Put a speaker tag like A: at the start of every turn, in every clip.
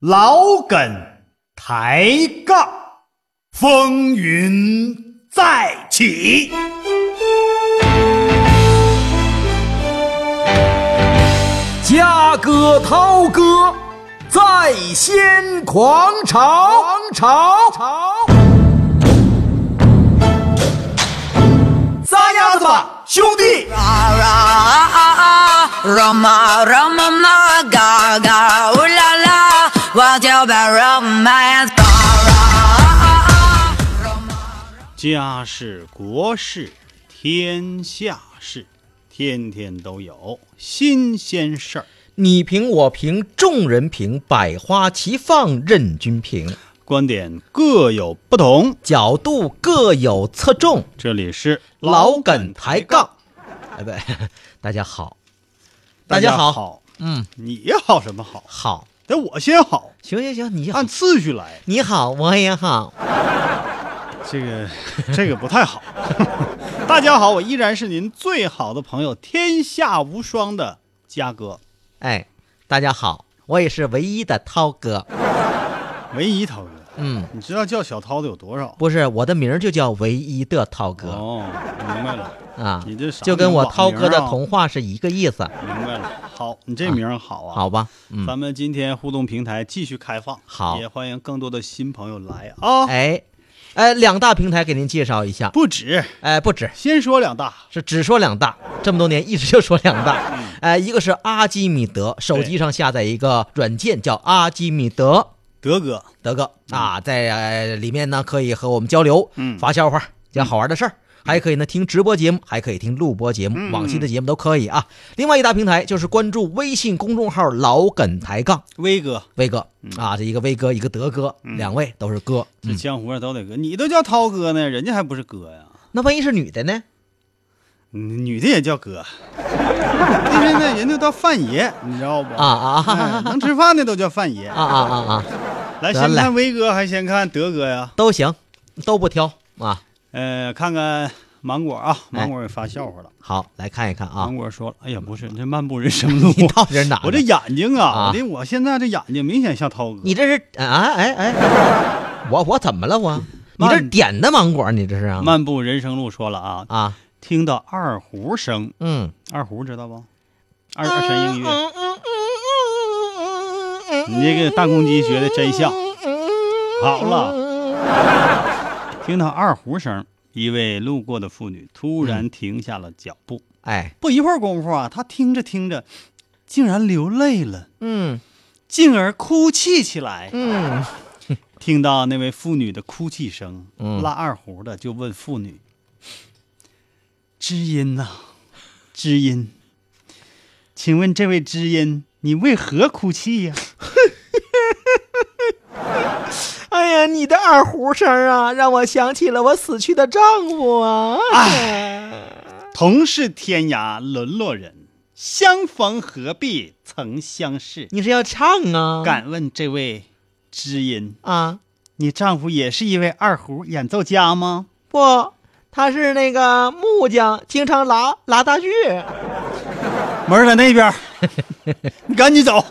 A: 老梗抬杠，风云再起。
B: 嘉哥、涛哥在先狂潮，潮潮，
A: 撒丫子吧，兄弟！
C: Roma, Roma, ma, ga, ga, ooh la la, what about romance? Ga, ra,
D: 家事国事天下事，天天都有新鲜事儿。
E: 你评我评，众人评，百花齐放，任君评。
D: 观点各有不同，
E: 角度各有侧重，
D: 这里是
E: 老梗抬杠。哎，不对， 大家好，
D: 大
E: 家
D: 好。
E: 好，嗯，
D: 你好什么好？
E: 好，
D: 得我先好，
E: 行行行，你好
D: 按，次序来。
E: 你好，我也好，
D: 这个这个不太好。 大家好，我依然是您最好的朋友，天下无双的嘉哥，
E: 哎，大家好，我也是唯一的涛哥，
D: 唯一涛哥。
E: 嗯，
D: 你知道叫小涛的有多少？
E: 不是，我的名儿就叫唯一的涛哥
D: 哦，明白了，
E: 啊
D: 你这，啥
E: 就跟我
D: 名儿
E: 涛哥的
D: 网名啊
E: 童话是一个意思，
D: 明白了。好，你这名儿好啊。
E: 好吧？嗯，
D: 咱们今天互动平台继续开放，
E: 好
D: 也欢迎更多的新朋友来啊！
E: 哎，哎，两大平台给您介绍一下，
D: 不止，
E: 哎，不止，
D: 先说两大，
E: 是只说两大，这么多年一直就说两大。
D: 嗯
E: 哎，一个是阿基米德，手机上下载一个软件叫阿基米德，
D: 德哥，
E: 德哥啊，在、呃里面呢可以和我们交流，
D: 嗯
E: 发笑话，讲好玩的事儿。还可以呢，听直播节目，还可以听录播节目，往
D: 嗯
E: 期的节目都可以啊。另外一大平台就是关注微信公众号“老梗抬杠
D: 威哥，”，
E: 威哥
D: 嗯
E: 啊，这一个威哥，一个德哥，两位都是哥。
D: 这
E: 嗯，
D: 江湖上都得哥，你都叫涛哥呢，人家还不是哥呀？
E: 那万一是女的呢？
D: 嗯女的也叫哥， 因为呢，人都叫范爷，你知道不？
E: 啊啊啊
D: 哎能吃饭的都叫范爷。
E: 啊啊啊啊，
D: 来，
E: 得
D: 先
E: 嘞
D: 看威哥，还先看德哥呀？
E: 都行，都不挑啊。
D: 呃，看看芒果啊，
E: 哎
D: 芒果也发笑话了。
E: 好，来看一看啊
D: 芒。果说了：“哎呀，不是，你这漫步人生路，
E: 你到底是哪儿的
D: 我这眼睛啊，
E: 啊
D: 我这我现在这眼睛明显像涛哥。
E: 你这是啊哎哎，我我怎么了我？你这
D: 慢
E: 是点的芒果，你这是啊？
D: 漫步人生路说了啊，
E: 啊，
D: 听到二胡声，
E: 嗯，
D: 二胡知道不？二二神音乐，你这个大公鸡学的真像。好了，
E: 嗯
D: 听到二胡声，一位路过的妇女突然停下了脚步。
E: 哎，
D: 不一会儿功夫啊，她听着听着，竟然流泪了，
E: 嗯
D: 进而哭泣起来。
E: 嗯，
D: 听到那位妇女的哭泣声，
E: 嗯
D: 拉二胡的就问妇女：“知音呐、知音，请问这位知音，你为何哭泣呀、
E: 哎呀，你的二胡声啊，让我想起了我死去的丈夫啊！
D: 哎同是天涯沦落人，相逢何必曾相识。
E: 你是要唱啊？
D: 敢问这位知音，
E: 啊？
D: 你丈夫也是一位二胡演奏家吗？
E: 不，他是那个木匠，经常拉拉大锯。
D: 门儿在那 边儿，你赶紧走。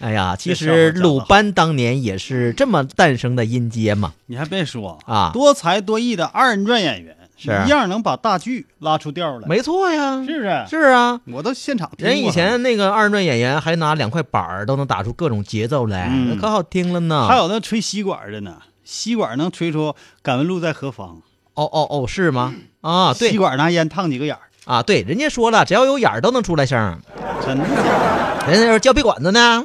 E: 哎呀，其
D: 这笑话
E: 实
D: 讲得
E: 鲁
D: 好
E: 班当年也是这么诞生的音阶嘛。
D: 你还别说
E: 啊
D: 多才多艺的二人转演员
E: 是
D: 一样能把大剧拉出调来，
E: 没错呀，
D: 是不是？
E: 是啊，
D: 我都现场听过
E: 人以前那个二人转演员还拿两块板儿都能打出各种节奏来，
D: 嗯
E: 可好听了呢。
D: 还有那吹吸管的呢，吸管能吹出“敢问路在何方
E: 哦哦哦，是吗？”啊，
D: 吸
E: 对
D: 管拿烟烫几个眼儿，
E: 啊，对，人家说了，只要有眼儿都能出来声儿，
D: 真的假的？
E: 人家要是叫闭管子呢，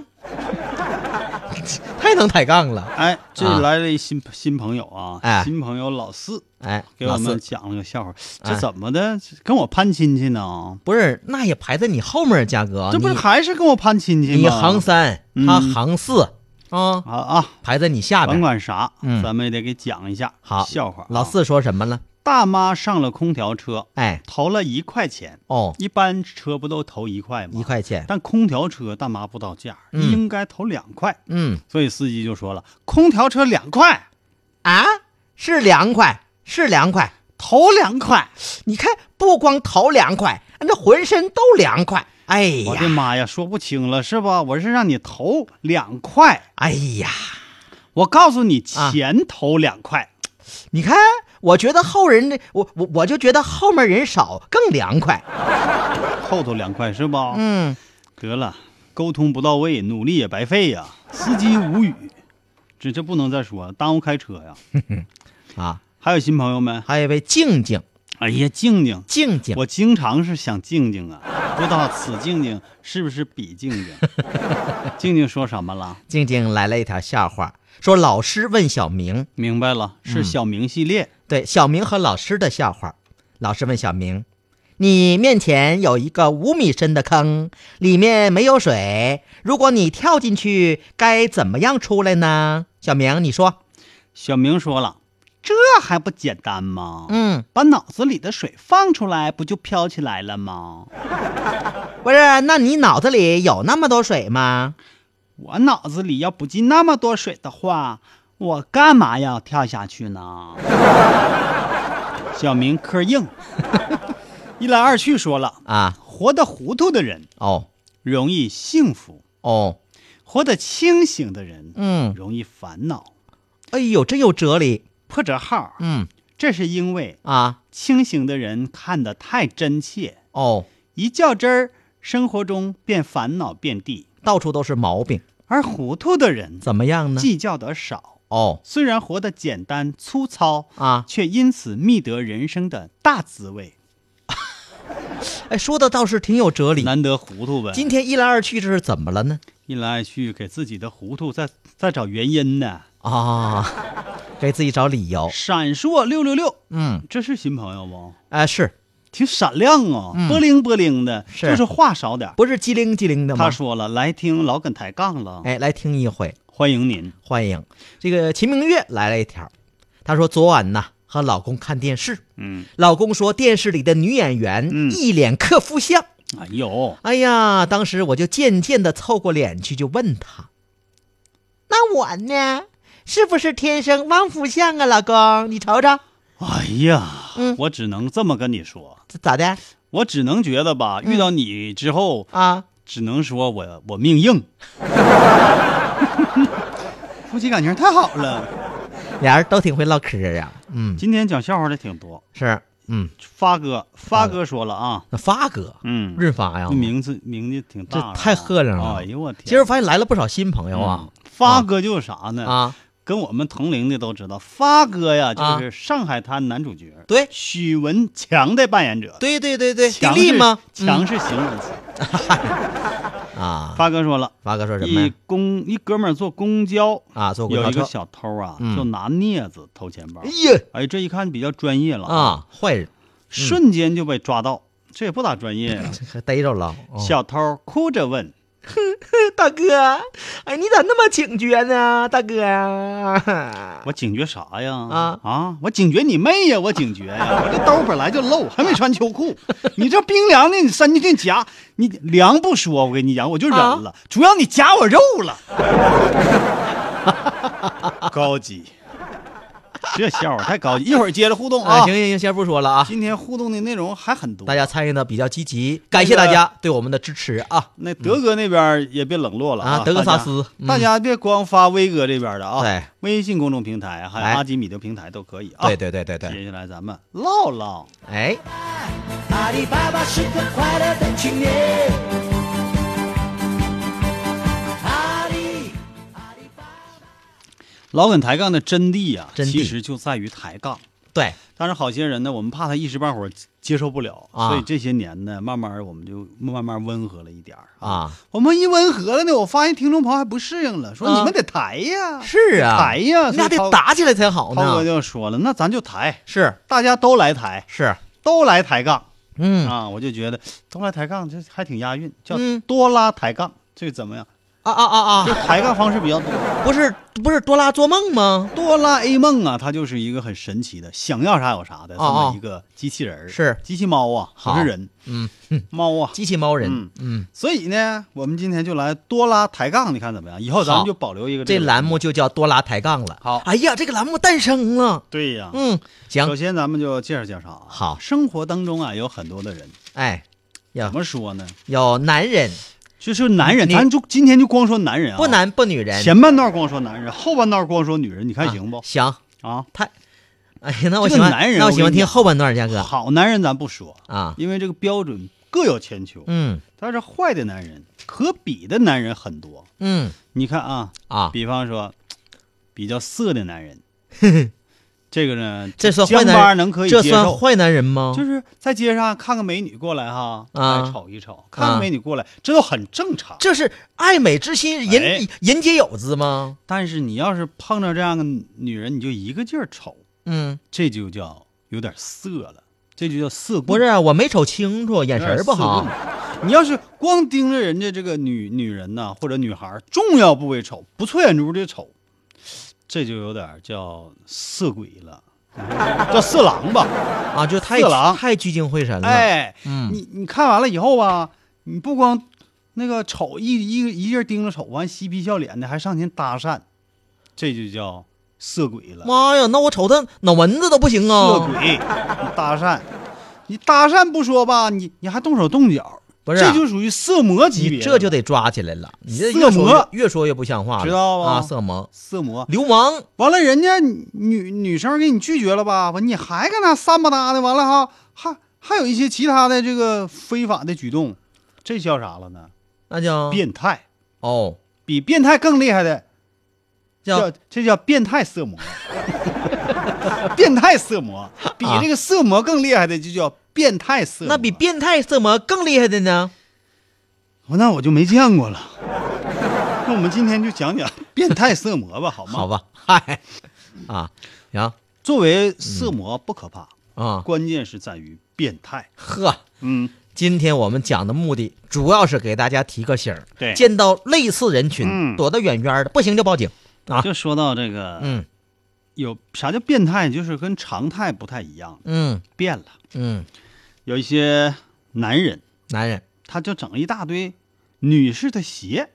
E: 太能抬杠了。
D: 哎，这
E: 啊
D: 来了一新新朋友啊，
E: 哎
D: 新朋友老四
E: 哎，
D: 给我
E: 老
D: 们
E: 四，
D: 讲了个笑话，
E: 哎
D: 这怎么的？跟我攀亲戚呢？
E: 不是，那也排在你后面儿，嘉哥，
D: 这不是
E: 啊你
D: 还是跟我攀亲戚吗？
E: 你行三，他
D: 嗯
E: 行四啊，
D: 啊啊！
E: 排在你下
D: 甭
E: 边儿。
D: 管啥，
E: 嗯
D: 咱们也得给讲一下
E: 好，
D: 笑话啊。
E: 老四说什么了？
D: 大妈上了空调车，
E: 哎，
D: 投了一块钱。
E: 哦，
D: 一般车不都投一块吗？
E: 一。块钱，
D: 但空调车大妈不到价，
E: 嗯
D: 应该投两块。
E: 嗯
D: 所以司机就说了：“空调车两块，
E: 啊，是两块，是两块。
D: 投两块。
E: 你看，不光头凉快，那浑身都凉快。哎
D: 我的
E: 呀，
D: 妈呀，说不清了是吧？我是让你投两块，
E: 哎呀，
D: 我告诉你，
E: 啊
D: 前投两块，
E: 你看，我觉得后人这，我我我就觉得后面人少更凉快。
D: 后头两块是吧？
E: 嗯，
D: 得了，沟通不到位，努力也白费呀。司机无语，这这不能再说，耽误开车呀。
E: 啊，
D: 还有新朋友们，
E: 还有一位静静
D: 哎呀，静静，
E: 静静，
D: 我经常是想静静啊，不知道此静静 是不是彼静 静。静静说什么了？
E: 静静来了一条笑话，说老师问小明，
D: 明白了，是小明系列。
E: 对小明和老师的笑话。老师问小明：“你面前有一个五米深的坑，里面没有水，如果你跳进去，该怎么样出来呢？”小明，你说，
D: 小明说了，这还不简单吗？
E: 嗯，
D: 把脑子里的水放出来，不就飘起来了吗？
E: 不是，那你脑子里有那么多水吗？
D: 我脑子里要不进那么多水的话，我干嘛要跳下去呢？ 小明嗑硬， 一来二去说了，
E: 啊，
D: 活得糊涂的人
E: 哦，
D: 容易幸福，
E: 哦，
D: 活得清醒的人
E: 嗯，
D: 容易烦恼。
E: 哎呦，真有哲理，
D: 破折号，啊
E: 嗯，
D: 这是因为
E: 啊，
D: 清醒的人看得太真切，
E: 哦，
D: 一较真儿，生活中便烦恼遍地；
E: 到处都是毛病，
D: 而糊涂的人
E: 怎么样呢？
D: 计较得少，
E: 哦，
D: 虽然活得简单粗糙，
E: 啊，
D: 却因此觅得人生的大滋味。
E: 哎，说的倒是挺有哲理。
D: 难得糊涂呗，
E: 今天一来二去，这是怎么了呢？
D: 一来二去给自己的糊涂再再找原因呢。
E: 啊、 给自己找理由。
D: 闪烁六六六，
E: 嗯，
D: 这是新朋友不？
E: 啊、是
D: 挺闪亮啊，波灵波灵的，
E: 嗯是
D: 就是话少点儿。
E: 不是机灵机灵的吗？
D: 他说了，来听老梗抬杠了，
E: 哎，来听一回，
D: 欢迎您。
E: 欢迎这个秦明月来了一条，她说昨晚呐和老公看电视，
D: 嗯，
E: 老公说电视里的女演员
D: 嗯
E: 一脸克夫相，
D: 哎呦，
E: 哎呀，当时我就渐渐的凑过脸去，就问他，那我呢，是不是天生汪福相啊，老公？你瞅瞅，
D: 哎呀，
E: 嗯
D: 我只能这么跟你说，
E: 这咋的
D: 我只能觉得吧，
E: 嗯
D: 遇到你之后，
E: 啊？
D: 只能说我我命硬， 夫妻感情太好了。
E: 俩人都挺会唠嗑儿呀，嗯，
D: 今天讲笑话的挺多，
E: 是，嗯，
D: 发哥，发哥说了啊，
E: 那发哥，
D: 嗯，
E: 润发呀
D: 这，名字名字挺大
E: 这
D: 了啊，
E: 太喝亮了
D: 哎呦我天，
E: 今儿发现来了不少新朋友啊
D: 嗯，发哥就是啥 呢？
E: 啊，
D: 跟我们同龄的都知道，发哥呀，
E: 啊
D: 就是《上海滩》男主角，
E: 对
D: 许文强的扮演者。
E: 对对对对，地
D: 强
E: 利
D: 是
E: 吗？
D: 强是形容词。
E: 嗯啊，
D: 发哥说了，
E: 发哥说什么
D: 一
E: 呀？
D: 公一哥们儿坐公交，
E: 啊，坐公
D: 有
E: 交
D: 一个
E: 车，
D: 小偷啊，
E: 嗯
D: 就拿镊子偷钱包
E: 哎。呀
D: 哎，这一看比较专业了，
E: 啊，坏人
D: 瞬间就被抓到。这也不咋专业呀。
E: 还逮着了， 哦
D: 小偷哭着问
E: 大哥，哎，你咋那么警觉呢，大哥啊？：“
D: 我警觉啥呀？
E: 啊
D: 我警觉你妹呀！我警觉呀！我这兜本来就漏，还没穿秋裤， 你这冰凉的，你伸进去夹，你凉不说，我跟你讲，我就忍
E: 啊
D: 了，主要你夹我肉 了，高级，这笑话太高级。一会儿接着互动
E: 啊，
D: 啊
E: 行，行行，先不说了啊，
D: 今天互动的内容还很多，
E: 大家参与的比较积极，感谢大家对我们的支持啊。
D: 那德哥那边也别冷落了
E: 啊德哥萨斯嗯
D: 大家大家别光发威哥这边的啊，
E: 对，
D: 微信公众平台还
E: 哎
D: 有阿基米德平台都可以啊。
E: 对对对对对，
D: 接下来咱们唠唠，
E: 哎，
A: 阿里巴巴是个快乐的青年。阿里。
D: 老梗抬杠的真谛呀、
E: 真谛
D: 其实就在于抬杠。
E: 对，
D: 但是好些人呢，我们怕他一时半会儿接受不了，
E: 啊
D: 所以这些年呢，慢慢我们就慢慢温和了一点儿。
E: 啊，
D: 我们一温和了呢，我发现听众朋友还不适应了，说
E: 啊
D: 你们得抬呀，
E: 是啊，
D: 抬呀，
E: 你俩
D: 所以
E: 得
D: 涛。
E: 打起来才好
D: 涛哥
E: 呢。
D: 就说了，那咱就抬，
E: 是
D: 大家都来抬，
E: 是，
D: 都来抬杠
E: 嗯啊
D: 啊！我就觉得都来抬杠，这还挺押韵，叫
E: 嗯
D: 多拉抬杠，这怎么样？
E: 啊啊
D: 就
E: 啊，
D: 抬杠方式比较多。
E: 不是不是多拉做梦吗？
D: 哆啦 A 梦啊，它就是一个很神奇的，想要啥有啥的这
E: 哦哦
D: 么一个机器人儿，
E: 是
D: 机器猫啊，
E: 好
D: 不是人，
E: 嗯，
D: 猫啊。
E: 机器猫人
D: 嗯，
E: 嗯，
D: 所以呢，我们今天就来多拉抬杠，你看怎么样？以后咱
E: 好
D: 们就保留一个
E: 这
D: 个
E: 栏目就叫多拉抬杠了。
D: 好
E: 哎呀，这个栏目诞生了。
D: 对呀。
E: 嗯，
D: 首
E: 行，
D: 先咱们就介绍介绍啊，
E: 好
D: 生活当中啊有很多的人，
E: 哎，呀
D: 怎么说呢？
E: 有男人
D: 就是男人，
E: 你
D: 咱就今天就光说男人啊，
E: 不男不女人，
D: 前半段光说男人，后半段光说女人，你看行不
E: 啊？行，
D: 啊，
E: 太，哎呀，那我
D: 这
E: 喜
D: 个
E: 欢，
D: 男人
E: 那我
D: 我跟
E: 喜欢
D: 你
E: 听
D: 讲
E: 后半段，嘉哥
D: 好男人咱不说，
E: 啊，
D: 因为这个标准各有千秋。
E: 嗯
D: 但是坏的男人，可比的男人很多。
E: 嗯
D: 你看啊，
E: 啊，
D: 比方说，比较色的 男人，这个呢，
E: 这算坏
D: 江
E: 男
D: 巴
E: 人，
D: 能可以
E: 这
D: 接
E: 算
D: 受，
E: 坏男人吗？
D: 就是在街上看个美女过来哈，
E: 啊
D: 来瞅一瞅，看个美女过来，这都很正常。
E: 这是爱美之心，
D: 哎
E: 人人皆有之吗？嗯
D: 但是你要是碰到这样的女人，你就一个劲儿瞅，
E: 嗯，
D: 这就叫有点色了，这就叫色
E: 不
D: 棍
E: 是
D: 儿。
E: 啊，我没瞅清楚，眼神儿哎不
D: 有
E: 好
D: 点。色棍儿。你要是光盯着人家这个女女人呐、或者女孩儿重要部位瞅，不错眼珠的瞅，这就有点叫色鬼了，叫色狼吧？
E: 啊，就太
D: 色狼
E: 太聚精会神了。
D: 哎，
E: 嗯
D: 你你看完了以后吧，你不光那个瞅一一一劲儿盯着瞅，完嬉皮笑脸的，还上前搭讪，这就叫色鬼了。
E: 妈呀，那我瞅他脑门子都不行
D: 色
E: 啊！
D: 鬼，你搭讪，你搭讪不说吧，你你还动手动脚，
E: 不是啊
D: 这就属于色魔级
E: 你
D: 别了，
E: 这就得抓起来了，你这
D: 色
E: 越说
D: 魔
E: 越越说越不像话了，
D: 知道吧
E: 啊，色魔、
D: 色魔。
E: 流氓，
D: 完了，人家女女生给你拒绝了吧，完你还跟那三不搭的，完了哈，还还有一些其他的这个非法的举动，这叫啥了呢？
E: 那叫
D: 变态。
E: 哦，
D: 比变态更厉害的
E: 叫
D: 这叫变态色魔， 变态色魔比
E: 啊
D: 这个色魔更厉害的就叫变态色魔。
E: 那比变态色魔更厉害的呢？
D: 哦那我就没见过了。那我们今天就 讲讲变态色魔吧，好吗？
E: 好。吧，嗨，啊，行
D: 作为色
E: 嗯
D: 魔不可怕，
E: 啊，
D: 关键是在于变态。
E: 呵，
D: 嗯，
E: 今天我们讲的目的主要是给大家提个醒儿，
D: 对
E: 见到类似人群，
D: 嗯
E: 躲得远远的，不行就报警啊。
D: 就说到这个，
E: 嗯
D: 有啥叫变态？就是跟常态不太一样，
E: 嗯
D: 变了。
E: 嗯，
D: 有一些男人，
E: 男人
D: 他就整一大堆女士的鞋。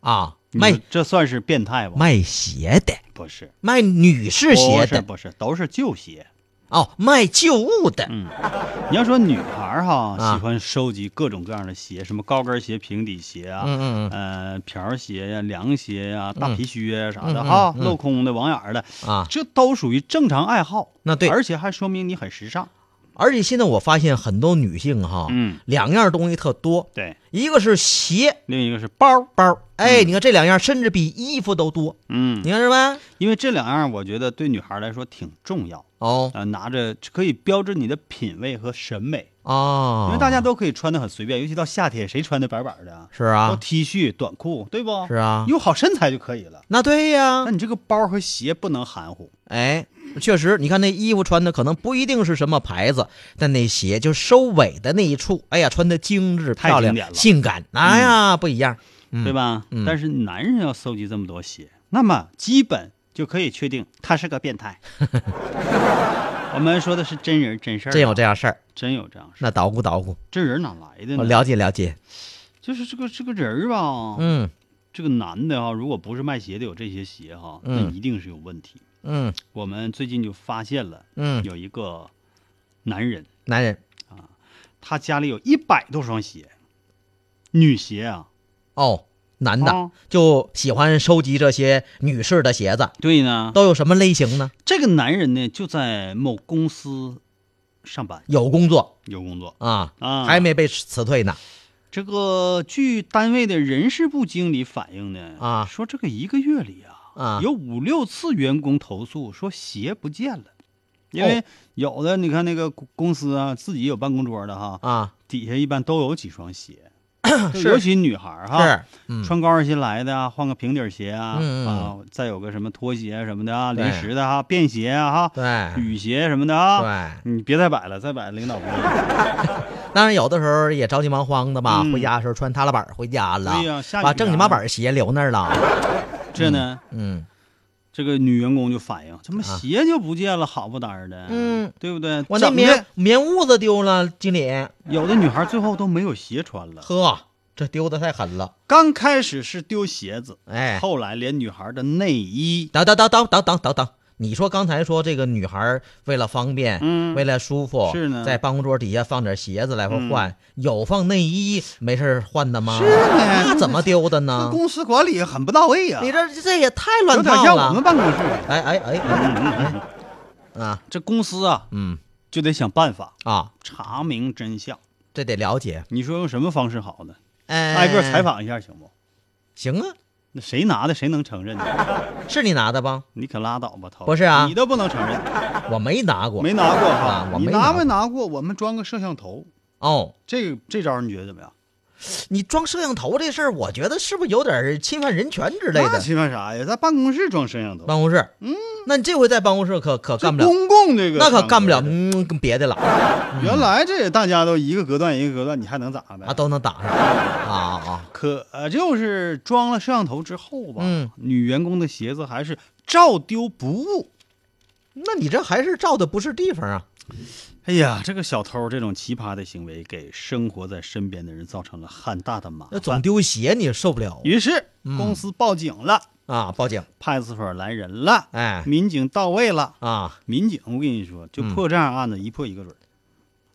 E: 啊，
D: 你说
E: 卖
D: 这算是变态吧？
E: 卖鞋的，
D: 不是，
E: 卖女士
D: 不
E: 鞋
D: 是
E: 的，
D: 不是，都是旧鞋。
E: 哦，卖旧物的，嗯
D: 你要说女孩儿哈，
E: 啊
D: 喜欢收集各种各样的鞋，什么高跟鞋、平底鞋啊，
E: 嗯嗯嗯
D: 呃，瓢鞋呀、凉鞋呀、大
E: 嗯
D: 皮靴呀、啥
E: 嗯
D: 的
E: 嗯
D: 哈，
E: 嗯
D: 镂空的、网眼儿的，
E: 啊。
D: 这都属于正常爱好。
E: 那对
D: 而且还说明你很时尚。
E: 而且现在我发现很多女性哈，
D: 嗯
E: 两样东西特多，
D: 对，
E: 一个是鞋
D: 另一个是包，
E: 包，哎，你看这两样甚至比衣服都多，
D: 嗯
E: 你，看是吧？
D: 因为这两样我觉得对女孩来说挺重要
E: 哦
D: 啊、拿着可以标志你的品味和审美，
E: 哦，
D: 因为大家都可以穿的很随便，尤其到夏天，谁穿的板板的啊？
E: 是
D: 都
E: 啊，
D: T 恤、短裤，对不？
E: 是啊
D: 有好身材就可以了。
E: 那对呀
D: 那，你这个包和鞋不能含糊，
E: 哎，确实，你看那衣服穿的可能不一定是什么牌子，但那鞋就收尾的那一处，哎呀，穿的精致
D: 太
E: 漂
D: 经典
E: 亮、
D: 了
E: 性感，哎呀，不一样，嗯
D: 对？吧？
E: 嗯
D: 但是男人要搜集这么多鞋，那么基本就可以确定他是个 变态。我们说的是真人真事儿啊，
E: 真有这样事儿，
D: 真有这样事儿，
E: 那捣鼓捣鼓，
D: 这人哪来的
E: 我
D: 呢？
E: 哦了解了解，
D: 就是这个这个人儿吧，
E: 嗯
D: 这个男的啊哈，如果不是卖鞋的有这些鞋哈，那
E: 嗯
D: 一定是有问题。
E: 嗯
D: 我们最近就发现了
E: 嗯，
D: 有一个男人，
E: 男人
D: 他家里有一百多双鞋，女鞋啊，
E: 哦，男的
D: 啊
E: 就喜欢收集这些女士的鞋子，
D: 对呢，
E: 都有什么类型呢？
D: 这个男人呢就在某公司上班，
E: 有工作
D: 有工作
E: 啊，
D: 啊。
E: 还没被辞退呢，
D: 这个，据单位的人事部经理反映呢，
E: 啊
D: 说这个一个月里啊，
E: 啊
D: 有五六次员工投诉说鞋不见了，因
E: 哦
D: 为有的你看那个公公司啊，自己有办公桌的哈，
E: 啊，
D: 底下一般都有几双鞋，
E: 是
D: 尤其女孩儿哈，
E: 是，嗯
D: 啊穿高跟鞋来的啊，换个平底鞋啊，
E: 嗯嗯
D: 啊，再有个什么拖鞋什么的啊，
E: 对
D: 临时的啊，便鞋啊哈，
E: 对
D: 雨鞋什么的啊，
E: 对。
D: 你别再摆了，再摆领导不乐 意。
E: 当然，有的时候也着急忙慌的吧，
D: 嗯
E: 回家的时候穿踏拉板回家了，
D: 对呀下雨
E: 把正经八
D: 啊
E: 板鞋留那儿了。
D: 这呢，
E: 嗯，啊
D: 这个女员工就反映，怎么鞋就不见了，好不搭儿的，
E: 嗯，
D: 对不对？
E: 我那
D: 整的
E: 棉棉裤子丢了，经理，
D: 有的女孩最后都没有鞋穿了。
E: 呵，这丢的太狠了。
D: 刚开始是丢鞋子，
E: 哎
D: 后来连女孩的内衣
E: 等等等等等等等等，你说刚才说这个女孩为了方便，
D: 嗯
E: 为了舒服，
D: 是呢嗯
E: 在办公桌底下放点鞋子来回换，有放内衣没事儿换的吗？
D: 是呢
E: 那怎么丢的
D: 这
E: 呢？
D: 公司管理很不到位呀、
E: 你这这也太嗯乱
D: 有点
E: 套
D: 像我们
E: 了。
D: 办公室。
E: 哎哎哎哎哎，啊，
D: 这公司啊，
E: 嗯
D: 就得想办法
E: 啊，
D: 查明真相。
E: 这得了解。
D: 你说用什么方式好呢？
E: 哎，
D: 挨个采访一下行不？
E: 行啊，
D: 那谁拿的谁能承认呢？
E: 是你拿的吧？
D: 你可拉倒吧，涛哥！
E: 不是啊
D: 你都不能承认，
E: 我没拿过，
D: 没拿过
E: 啊
D: 哈
E: 我。
D: 你
E: 没拿
D: 拿
E: 过
D: 没拿过？我们装个摄像头，
E: 哦。
D: 这这招你觉得怎么样？
E: 你装摄像头这事儿，我觉得是不是有点儿侵犯人权之类
D: 那
E: 的？
D: 侵犯啥呀？在办公室装摄像头，
E: 办公室，嗯，那你这回在办公室可可
D: 这
E: 干不了，
D: 公共这个
E: 那可
D: 场
E: 干不了，
D: 合
E: 嗯，跟别的了啊，
D: 原来这大家都一个隔断一个隔断，你还能咋的？
E: 都能打上啊啊！
D: 可呃就是装了摄像头之后吧，
E: 嗯
D: 女员工的鞋子还是照丢不误。
E: 那你这还是照的不是地方啊？
D: 哎呀，这个小偷这种奇葩的行为，给生活在身边的人造成了很大的麻
E: 那
D: 烦。
E: 总丢鞋你受不了
D: 于是
E: 呃嗯
D: 公司报警了，
E: 啊！报警，
D: 派出所来人了，
E: 哎
D: 民警到位了。
E: 啊，
D: 民警，我跟你说，就
E: 嗯
D: 破这样案子一破一个准儿，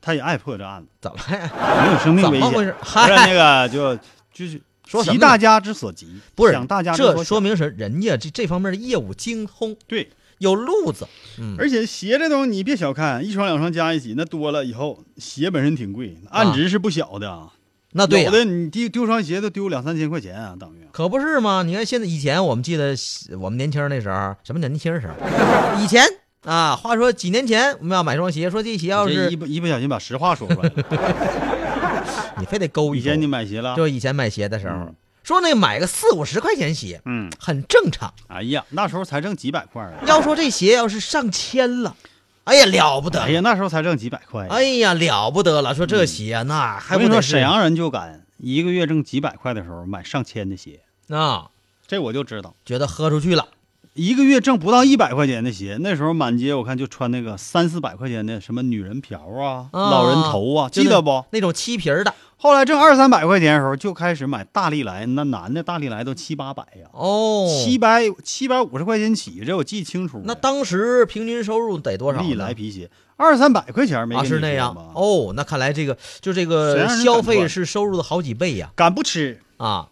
D: 他也爱破这案子，
E: 怎么还
D: 没有生命
E: 怎
D: 危
E: 么回
D: 险。
E: 事？
D: 不是那
E: 嗨，
D: 个就就是
E: 说什么
D: 急
E: 呢
D: 大家之所急，
E: 不是
D: 想大家之所
E: 这
D: 想
E: 说明是人家这这方面的业务精通，
D: 对。
E: 有路子。嗯，
D: 而且鞋这东西你别小看，一双两双加一起，那多了以后鞋本身挺贵，案值是不小的。啊、
E: 那啊对呀
D: 有的你丢丢双鞋都丢两三千块钱啊，等于。
E: 可不是吗？你看现在以前我们记得我们年轻那时候，什么叫年轻时候？ 以前啊，话说几年前我们要买双鞋，说这鞋要
D: 这
E: 是
D: 一不一不小心把实话说出来 了。
E: 你非得勾一
D: 以
E: 勾
D: 前你买鞋了？
E: 就以前买鞋的时候，
D: 啊嗯
E: 说那买个四五十块钱鞋
D: 嗯，
E: 很正常。
D: 哎呀，那时候才挣几百块啊！
E: 要说这鞋要是上千了，哎呀了不得，
D: 哎呀，那时候才挣几百块、
E: 哎呀了不得了。说这鞋、那还
D: 我跟
E: 不
D: 你
E: 得
D: 说，
E: 是
D: 沈阳人就敢一个月挣几百块的时候买上千的鞋，
E: 啊，
D: 这我就知道。
E: 觉得喝出去了
D: 一个月挣不到一百块钱的鞋，那时候满街我看就穿那个三四百块钱的什么女人瓢啊、
E: 啊
D: 老人头啊，
E: 就
D: 记
E: 那
D: 得不？
E: 那种漆皮儿的
D: 后来挣二三百块钱的时候，就开始买大力来，那男的大力来都七八百呀，
E: 哦，
D: 七百七百五十块钱起，这我记清楚。
E: 那当时平均收入得多少呢？
D: 力来皮鞋二三百块钱没
E: 啊，
D: 跟你说
E: 是那样
D: 吗，
E: 哦，那看来这个就这
D: 谁
E: 个
D: 让人
E: 消
D: 敢
E: 费
D: 穿
E: 是收入的好几倍呀
D: 敢不吃，
E: 啊！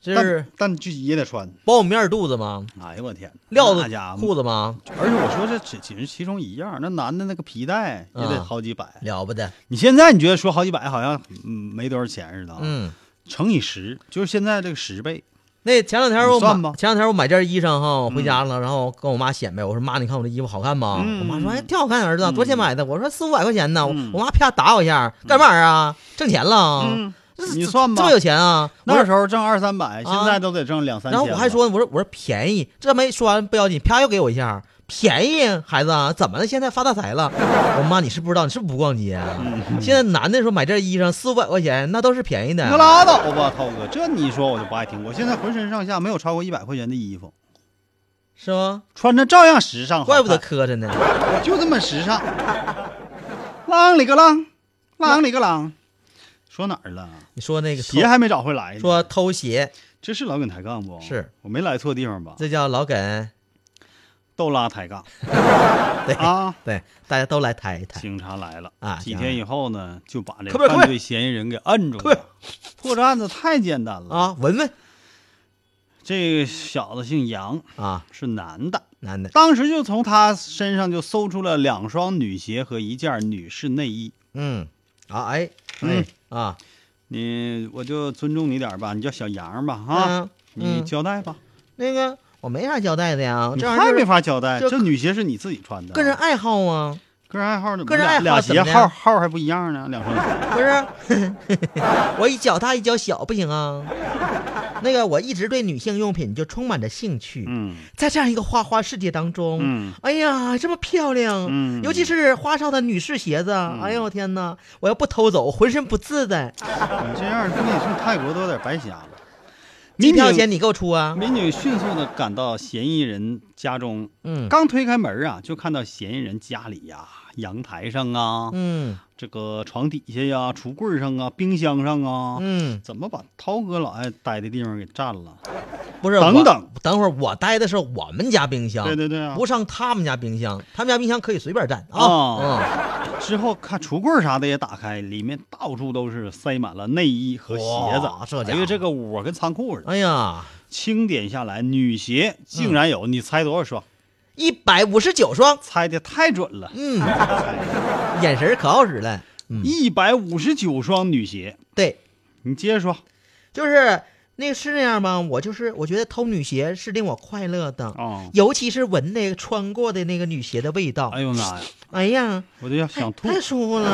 E: 这是
D: 但但就也得穿。
E: 苞米面肚子吗？
D: 哎呦我天，
E: 料
D: 那家
E: 子
D: 伙
E: 裤子吗？
D: 而且我说这只仅是其中一样，那男的那个皮带也
E: 啊
D: 得好几百。
E: 了不得，
D: 你现在你觉得说好几百好像嗯没多少钱似的啊，
E: 嗯。
D: 乘以十就是现在这个十倍。
E: 那前两天
D: 你
E: 我
D: 算
E: 买
D: 吧
E: 前两天我买件衣裳哈，我回家了，然后跟我妈显摆，我说妈，你看我这衣服好看吗？
D: 嗯
E: 我妈说，哎，挺好看，儿子，多少钱买的？我说四五百块钱呢。我
D: 嗯
E: 我妈啪打我一下，干嘛儿啊？挣钱了？啊这
D: 你算
E: 这
D: 吧
E: 么有钱啊？我
D: 那
E: 说
D: 时候挣二三
E: 啊
D: 百，现在都得挣两三千
E: 然
D: 了。
E: 后我还说，我说我说便宜，这没说完不要紧，啪又给我一下，便宜孩子啊，怎么了？现在发大财了？我妈，你是不知道，你是不是不逛街啊？
D: 嗯
E: 现在男的说买件衣裳四五百块钱，那都是便宜
D: 你可
E: 的。
D: 拉倒吧，涛哥，这你说我就不爱听。我现在浑身上下没有超过一百块钱的衣服，
E: 是吗？
D: 穿着照样时哦尚好看，
E: 怪不得磕碜呢。
D: 就这么时尚。啷里个啷，啷里个啷，说哪儿了？
E: 你说那个偷
D: 鞋还没找回来呢。
E: 说偷鞋，
D: 这是老耿抬杠不？
E: 是，
D: 我没来错地方吧？
E: 这叫老梗，
D: 豆拉抬杠
E: 对
D: 啊！
E: 对，大家都来抬一抬。
D: 警察来了
E: 啊
D: 几天以后呢，就把这
E: 快点快
D: 犯
E: 点
D: 罪嫌疑人给摁住
E: 快点
D: 了。破这案子太简单了！
E: 啊，文文
D: 这个小子姓杨，
E: 啊，
D: 是男的。
E: 男的，
D: 当时就从他身上就搜出了两双女鞋和一件女士内衣。
E: 嗯，啊，哎，哎
D: 嗯，
E: 啊，
D: 你我就尊重你点儿吧，你叫小杨吧，哈，
E: 啊，
D: 你
E: 嗯，
D: 交代吧。
E: 那个我没啥交代的呀，
D: 你
E: 这玩意
D: 太
E: 儿就
D: 没
E: 是
D: 法交代，
E: 这
D: 这女鞋是你自己穿的，
E: 个人爱好啊，
D: 个人爱好怎么
E: 个人爱好
D: 俩
E: 怎
D: 鞋
E: 么的
D: 号号还不一样呢，两双鞋。
E: 不是， 我一脚大一脚小不行啊。那个我一直对女性用品就充满着兴趣，
D: 嗯
E: 在这样一个花花世界当中，
D: 嗯
E: 哎呀，这么漂亮，
D: 嗯
E: 尤其是花哨的女士鞋子，哎呦我天哪，我要不偷走，浑身不自在。
D: 你这样不跟你上泰国都有点白瞎了。
E: 机
D: 民
E: 票钱
D: 警
E: 你给我出啊？
D: 民警迅速的赶到嫌疑人家中，
E: 嗯
D: 刚推开门啊，就看到嫌疑人家里呀、阳台上啊，
E: 嗯
D: 这个床底下呀、橱柜上啊、冰箱上啊，
E: 嗯，啊
D: 怎么把涛哥老爱待的地方给占了？
E: 不是，
D: 等
E: 我
D: 等
E: 等会儿我待的是我们家冰箱，
D: 对对对啊
E: 不上他们家冰箱，他们家冰箱可以随便占啊。
D: 啊之后看橱柜啥的也打开，里面到处都是塞满了内衣和鞋
E: 哇这家
D: 子，
E: 伙
D: 因为这个屋啊跟仓库似
E: 嗯，
D: 的。
E: 哎呀，
D: 清点下来，女鞋
E: 嗯
D: 竟然有，你猜多少双？
E: 一百五十九双，
D: 猜的太准了，
E: 嗯，眼神儿可好使了。嗯，
D: 一百五十九双女鞋。
E: 对，
D: 你接着说，
E: 就是那是那样吗？我就是我觉得偷女鞋是令我快乐的，
D: 哦
E: 尤其是闻那个穿过的那个女鞋的味道。
D: 哎呦妈呀，
E: 哎呀，
D: 我都要
E: 太
D: 想吐。
E: 太舒 服了。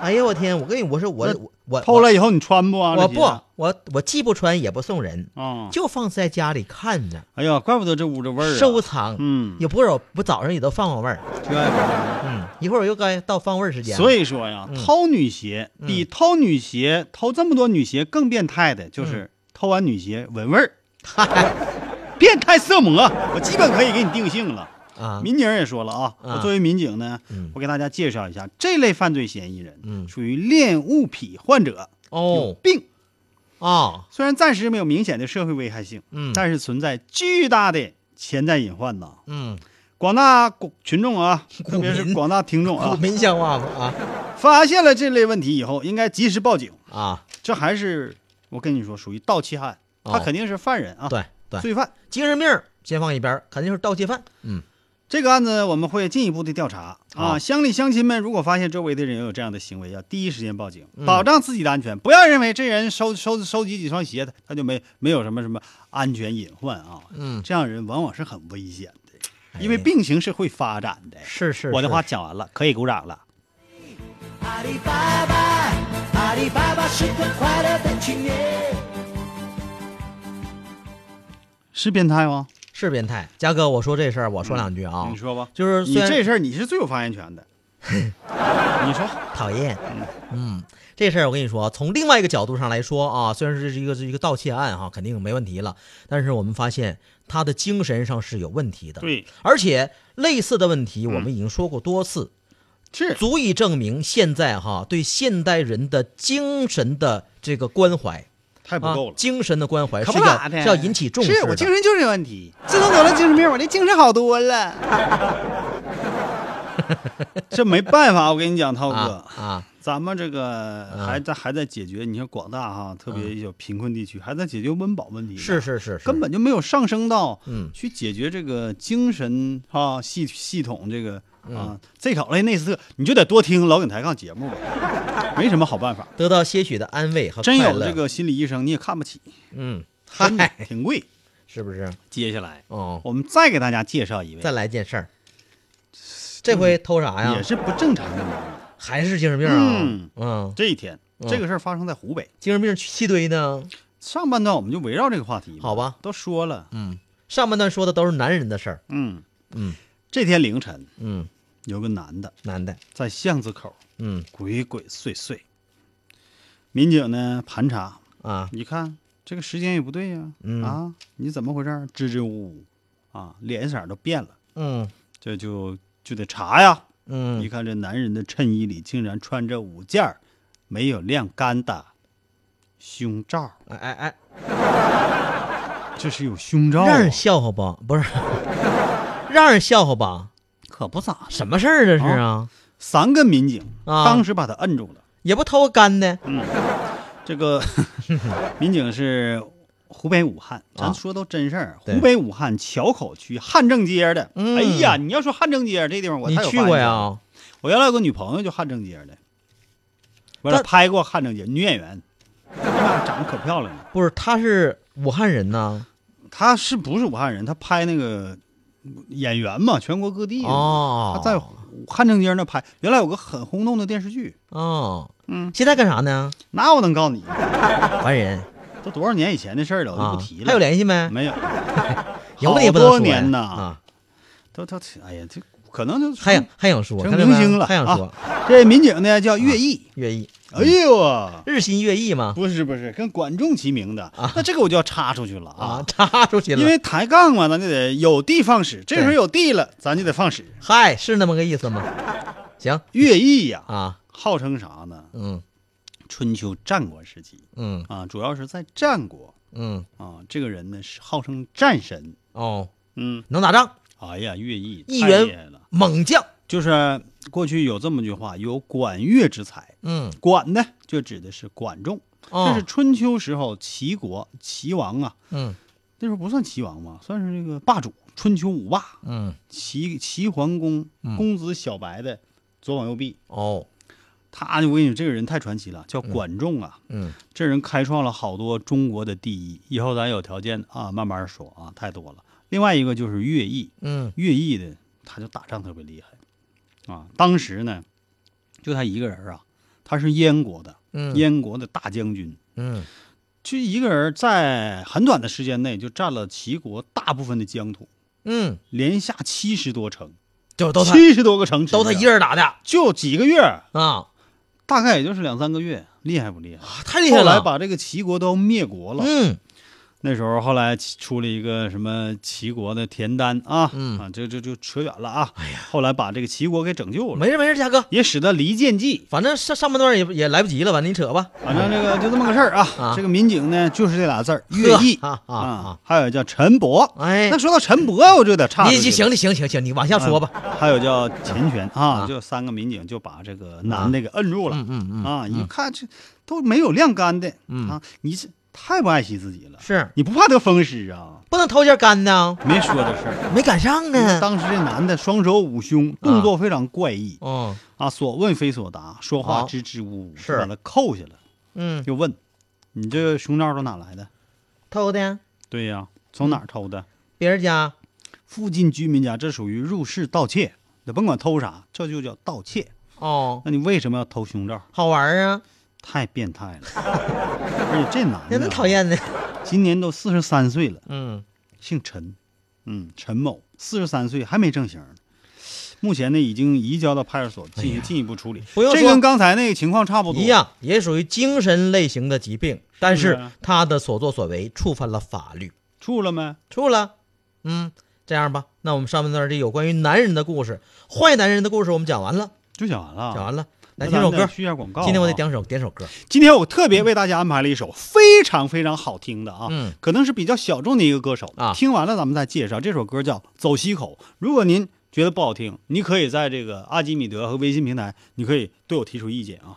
E: 哎呀，我天！我跟你我说我
D: 那
E: 我我
D: 偷了以后你穿不啊？
E: 我
D: 这
E: 不
D: 鞋啊
E: 我我既不穿也不送人，
D: 啊！
E: 就放在家里看着
D: 哎呀，怪不得这屋这味儿啊。
E: 收藏。
D: 嗯，
E: 也不是我不早上也都放放味儿，
D: 就爱闻
E: 嗯，一会儿又该到放味儿时间了。
D: 所以说呀，
E: 嗯
D: 偷女鞋
E: 嗯
D: 比偷女鞋、偷这么多女鞋更变态的，就是偷完女鞋闻味儿，变态色魔，我基本可以给你定性了。
E: 啊，
D: 民警也说了啊，
E: 啊
D: 我作为民警呢
E: 嗯，
D: 我给大家介绍一下，这类犯罪嫌疑人，
E: 嗯
D: 属于恋物癖患者，有
E: 哦
D: 病。
E: 哦，
D: 虽然暂时没有明显的社会危害性，
E: 嗯
D: 但是存在巨大的潜在隐患呐。
E: 嗯，
D: 广大广群 众啊，
E: 股
D: 特别是
E: 民
D: 广大听众
E: 股
D: 啊，
E: 民像话吗？
D: 发现了这类问题以后，应该及时报警。
E: 啊啊，
D: 这还是我跟你说，属于盗窃案，
E: 哦
D: 他肯定是犯人啊，
E: 对对，
D: 罪犯。
E: 精神病儿先放一边儿，肯定是盗窃犯。嗯，
D: 这个案子我们会进一步的调查啊。
E: 好
D: 乡里乡亲们，如果发现周围的人有这样的行为，要第一时间报警，
E: 嗯
D: 保障自己的安全。不要认为这人收收收集几双鞋，他就没没有什么什么安全隐患啊。
E: 嗯
D: 这样人往往是很危险
E: 哎
D: 的，因为病情是会发展的。
E: 是是
D: 我的话
E: 是
D: 讲完了，可以鼓掌了。
A: 阿里巴巴，阿里巴巴是个快乐的青年。
D: 是变态吗？
E: 是变态。嘉哥，我说这事儿，我说两句啊，
D: 嗯你说吧。
E: 就是
D: 你
E: 虽然
D: 这事儿你是最有发言权 的，你说
E: 讨厌，嗯，这事儿我跟你说，啊从另外一个角度上来说啊，虽然是一个是一个盗窃案哈、肯定没问题了，但是我们发现他的精神上是有问题的，，
D: 对嗯
E: 而且类似的问题我们已经说过多次，
D: 是
E: 足以证明现在哈、对现代人的精神的这个关怀。
D: 太不
E: 啊
D: 够了，
E: 精神的关怀
D: 可
E: 是
D: 不
E: 要
D: 咋的，
E: 是要引起重视
D: 是我
E: 的
D: 精神就是有问题，自从得了精神病，我这精神好多了。这没办法，我跟你讲，涛哥，
E: 啊啊，
D: 咱们这个还在、还在解决，你看广大哈，特
E: 啊
D: 别有贫困地区，还在解决温饱问题呢，
E: 是是是，是
D: 根本就没有上升到
E: 嗯
D: 去解决这个精神啊系系统这个
E: 嗯
D: 啊这考类内斯特，你就得多听老梗抬杠节目吧， 没什么好办法。
E: 得到些许的安慰和
D: 真
E: 快
D: 有
E: 乐
D: 这，个心理医生你也看不起，
E: 嗯，
D: 真的
E: 嗨，
D: 挺贵。
E: 是不是？
D: 接下来
E: 哦，
D: 我们再给大家介绍一位
E: 再，啊来件事儿，这回偷啥呀
D: 也？是不正常的男人。
E: 还是精神病啊？
D: 嗯
E: 嗯，
D: 这一天，
E: 嗯
D: 这个事儿发生在湖北。
E: 精神病气堆呢？
D: 上半段我们就围绕这个话题，
E: 好吧，
D: 都说了，
E: 嗯，上半段说的都是男人的事儿，
D: 嗯
E: 嗯。
D: 这天凌晨，
E: 嗯，
D: 有个男的
E: 男的，
D: 在巷子口
E: 嗯
D: 鬼鬼祟祟，民警呢盘查，
E: 啊，
D: 一看这个时间也不对呀、
E: 嗯
D: 啊，你怎么回事儿？支支吾吾啊，脸色儿都变了，
E: 嗯
D: 这就就得查呀。一
E: 嗯，
D: 看这男人的衬衣里竟然穿着五件儿没有晾干的胸罩，
E: 哎哎哎，
D: 这是有胸罩、
E: 让
D: 啊
E: 人，笑话吧？不是， 让人笑话吧？
D: 可不咋的。
E: 什么事儿这是啊？
D: 三个民警、
E: 啊
D: 当时把他摁住了。
E: 也不偷个干的，
D: 嗯这个 民警是湖北武汉，
E: 啊
D: 咱说都真事儿。
E: 对
D: 湖北武汉硚口区汉正街的，
E: 嗯
D: 哎呀，你要说汉正街这地方，我
E: 你
D: 太有
E: 去
D: 发言
E: 过
D: 权了？
E: 呀？
D: 我原来有个女朋友就汉正街的，完
E: 但
D: 了拍过汉正街女演员，哎呀妈，长得可漂亮了。
E: 不是，他是武汉人呐。
D: 她是不是武汉人？她拍那个演员嘛，全国各地的。
E: 哦，
D: 她哎在汉正街那拍，原来有个很轰动的电视剧，
E: 哦，
D: 嗯，
E: 现在干啥呢？
D: 那我能告诉你，
E: 完人
D: 都多少年以前的事儿了，我就
E: 啊
D: 不提，了。
E: 还有联系没？
D: 没有？
E: 有你也不能
D: 多
E: 说呀
D: 年呐
E: 啊，
D: 都都，哎呀，这可能就
E: 还想还想说，
D: 成
E: 看见没
D: 明星了
E: 还想
D: 啊
E: 说嗯
D: 这民警呢叫乐毅，
E: 乐毅，
D: 哎呦啊，
E: 日新月异嘛
D: 不是不是，跟管仲齐名的，那这个我就要插出去了
E: 啊，
D: 啊，
E: 插出去了，
D: 因为抬杠嘛，咱就得有的放矢，这时候
E: 对
D: 有地了，咱就得放矢。
E: 嗨是那么个意思吗？行
D: 乐毅呀，
E: 啊，
D: 号称啥呢？
E: 嗯
D: 春秋战国时期
E: 嗯
D: 啊，主要是在战国
E: 嗯，
D: 啊，这个人呢是号称战神，
E: 哦，
D: 嗯，
E: 能打仗，
D: 哎呀，乐毅
E: 一
D: 太
E: 员
D: 厉害了，
E: 猛将，
D: 就是过去有这么句话，有管乐之才，
E: 嗯，
D: 管呢就指的是管仲，这
E: 哦
D: 是，春秋时候齐国齐王啊，
E: 嗯
D: 那时候不算齐王吧，算是这个霸主，春秋五霸，
E: 嗯，
D: 齐齐桓公公子小白的左膀右臂。
E: 哦，
D: 他，我跟你说，这个人太传奇了，叫管仲啊。
E: 嗯，
D: 这人开创了好多中国的第一，以后咱有条件啊，慢慢说啊，太多了。另外一个就是乐毅，
E: 嗯
D: 乐毅的他就打仗特别厉害啊。当时呢，就他一个人啊，他是燕国的，
E: 嗯
D: 燕国的大将军，
E: 嗯，
D: 就一个人在很短的时间内就占了齐国大部分的疆土，
E: 嗯，
D: 连下七十多城，
E: 就都他
D: 七十多个城池，啊
E: 都他一，人打的
D: 就几个月，
E: 啊，
D: 大概也就是两三个月，厉害不厉害？
E: 太厉害
D: 后来
E: 了，
D: 把这个齐国都灭国了。
E: 嗯
D: 那时候后来出了一个什么齐国的田丹啊，
E: 嗯
D: 啊，这这就扯远了啊。哎呀，后来把这个齐国给拯救了，
E: 没事没事，嘉哥，
D: 也使得离间计。
E: 反正上上半段也也来不及了吧，你扯吧，
D: 反正这个就这么个事儿啊。
E: 啊
D: 这个民警呢，就是这俩字儿，乐毅
E: 呵啊啊啊
D: 还有叫陈博。
E: 哎
D: 那，说到陈博，我就得岔出
E: 你
D: 去
E: 行
D: 了
E: 行行行行，你往下说吧，
D: 啊还有叫钱权啊
E: 啊，
D: 就三个民警就把这个男的给摁住了
E: 嗯嗯嗯，
D: 啊！一看这都没有晾干的啊，你是太不爱惜自己了，
E: 是
D: 你不怕得风湿啊？嗯
E: 不能偷件干呢，
D: 没说这事儿。
E: 没赶上啊，
D: 当时这男的双手捂胸，动作非常怪异
E: 嗯
D: 啊，所问非所答，说话
E: 啊
D: 支支吾吾，
E: 是
D: 就把他扣下了，
E: 嗯，
D: 就问：“你这胸罩都哪来的
E: 偷的？”
D: 对呀，从哪儿偷的？
E: 别人家，
D: 附近居民家，这属于入室盗窃，你甭管偷啥，这就叫盗窃。
E: 哦，
D: 那你为什么要偷胸罩？
E: 好玩儿啊，
D: 太变态了， 而且这男的
E: 真
D: 啊
E: 的讨，厌呢。
D: 今年都四十三岁了，
E: 嗯，
D: 姓陈，嗯，陈某，四十三岁还没正形呢。目前呢，已经移交到派出所进行进一步处理。
E: 哎不用
D: 这
E: 说
D: 跟刚才那个情况差不多
E: 一。样，也属于精神类型的疾病，但
D: 是
E: 是
D: 啊
E: 他的所作所为触犯了法律。
D: 处了没？
E: 处了，嗯，这样吧，那我们上半段这有关于男人的故事，坏男人的故事我们讲完了，
D: 就讲完
E: 讲
D: 了。
E: 完了，来
D: 啊那
E: 听
D: 咱
E: 首
D: 们
E: 歌
D: 得。去一下广告啊。
E: 今天我得点首点首歌，
D: 今天我特别为大家安排了一首非常非常好听的啊，
E: 嗯
D: 可能是比较小众的一个歌手
E: 啊
D: 听完了咱们再介绍，这首歌叫《走西口》。如果您觉得不好听，你可以在这个阿基米德和微信平台，你可以对我提出意见啊。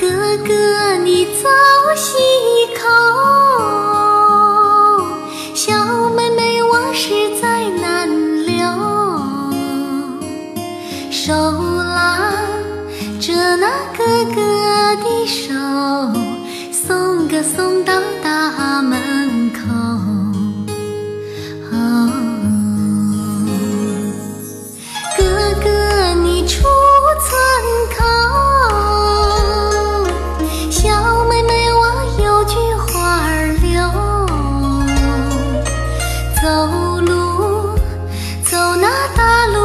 F: 哥哥，你走西口，小妹妹往事在难留。手拉着那哥哥的手，送哥送到大门口。啊哦。哥哥，你出村口，小妹妹我有句话儿留。走路走那大路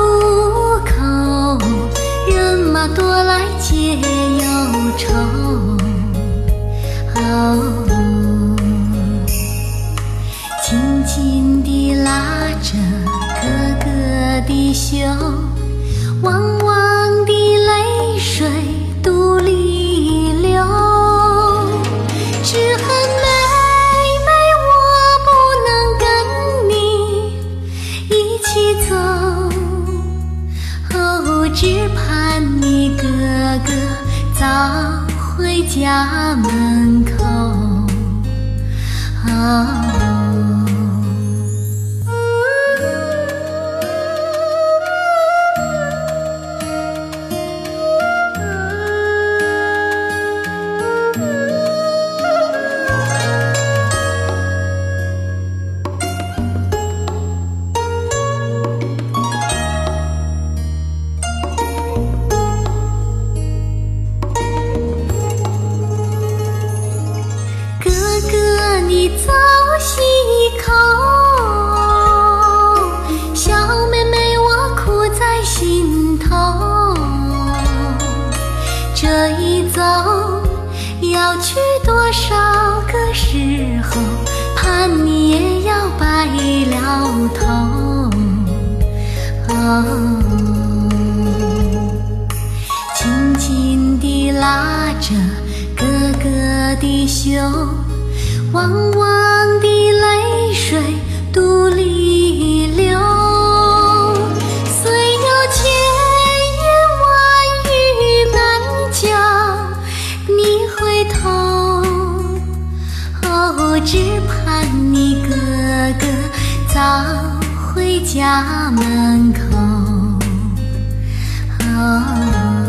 F: 口，人嘛多来解忧愁。哦紧紧地拉着哥哥的袖，汪汪的泪水独立流。只恨妹妹我不能跟你一起走，哦，只盼你哥哥早回家门口。哦。一早吸一口，小妹妹我苦在心头。这一走要去多少个时候？盼你也要白了头。啊哦紧紧地拉着哥哥的袖，汪汪的泪水独立流。虽有千言万语难讲，你回头，哦，只盼你哥哥早回家门口。哦。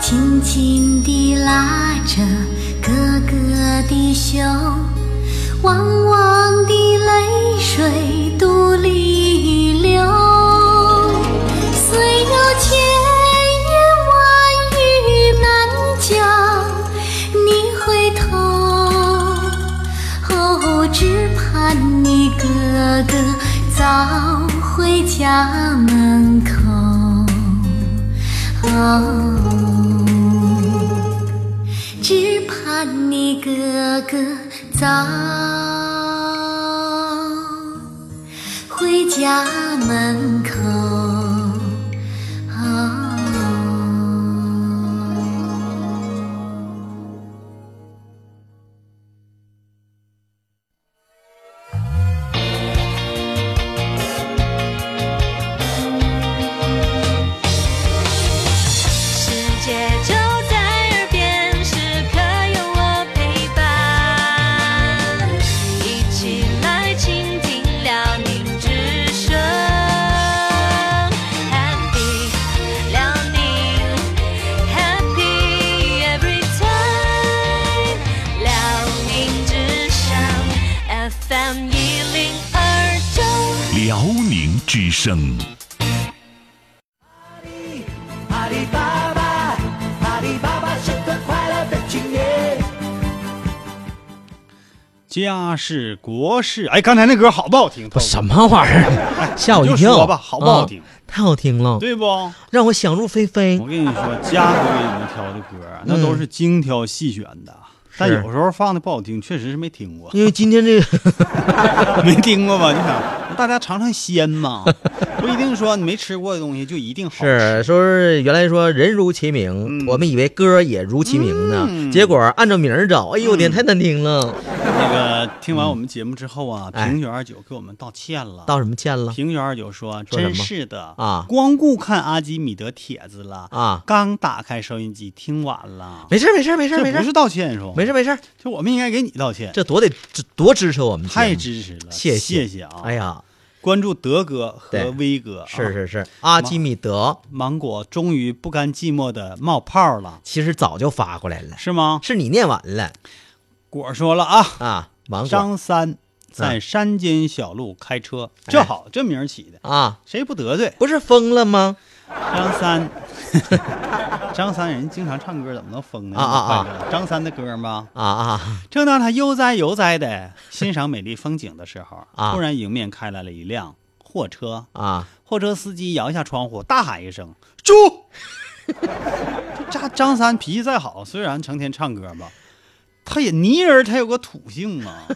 F: 轻轻地拉着哥哥的袖，汪汪的泪水独立流。虽有千言万语难讲，你回头，哦，只盼你哥哥早回家门口。哦，只盼你哥哥早回家门口。哦。
G: 世界就在耳边，时刻有我陪伴。一起来倾听辽宁之声，Happy 辽宁，Happy every time。辽宁之声 FM 一零二九。
H: 辽宁之声。
A: 阿里巴巴，阿里巴巴是个快乐的青年。
D: 家事国事，哎，刚才那歌好不好听？
E: 不什么玩意儿，吓我一
D: 你就
E: 跳！
D: 说吧好不好听
E: 啊太好听了，
D: 对不？嗯我
E: 让我想入非 非。
D: 跟你说，家哥给你们挑的歌啊，那
E: 嗯
D: 都是精挑细选的，但有时候放的不好听，确实是没听过，
E: 因为今天这个
D: 没听过吧？你想，大家尝尝 鲜嘛，不一定说你没吃过的东西就一定好
E: 是
D: 吃。
E: 说是原来说人如其名，
D: 嗯
E: 我们以为歌也如其名呢，结果按照名儿找，哎呦我天，太难听了，
D: 那个听完我们节目之后啊，
E: 嗯哎
D: 平九二九给我们道歉了。
E: 道什么歉了？
D: 平九二九说：“
E: 说什么
D: 真是的
E: 啊
D: 光顾看阿基米德帖子了
E: 啊
D: 刚打开收音机听完了，
E: 没事儿没事儿没事儿
D: 这
E: 没事
D: 不
E: 儿
D: 是道歉是吧？
E: 没事儿没事儿，
D: 就我们应该给你道歉，
E: 这多得这多支持我们节目，
D: 太支持了，
E: 谢
D: 谢谢啊！
E: 哎，呀，
D: 关注德哥
E: 对
D: 和威哥，
E: 是，是是，
D: 妈
E: 阿基米德
D: 芒果终于不甘寂寞的冒泡了，
E: 其实早就发过来了，
D: 是吗？
E: 是你念完了
D: 果儿说了啊，
E: 啊，王果
D: 张三在山间小路开车，
E: 哎
D: 这好，这名儿起的，
E: 啊，
D: 谁不得罪？
E: 不是疯了吗？
D: 张 三，张三人经常唱歌，怎么能疯呢？
E: 啊啊啊
D: 快乐！张三的歌吗？
E: 啊啊
D: 正当他悠哉悠哉的欣赏美丽风景的时候，
E: 啊
D: 突然迎面开来了一辆货车，
E: 啊！
D: 货车司机摇下窗户，大喊一声：“猪！”这张张三脾气再好，虽然成天唱歌吧，他也泥人，他有个土性啊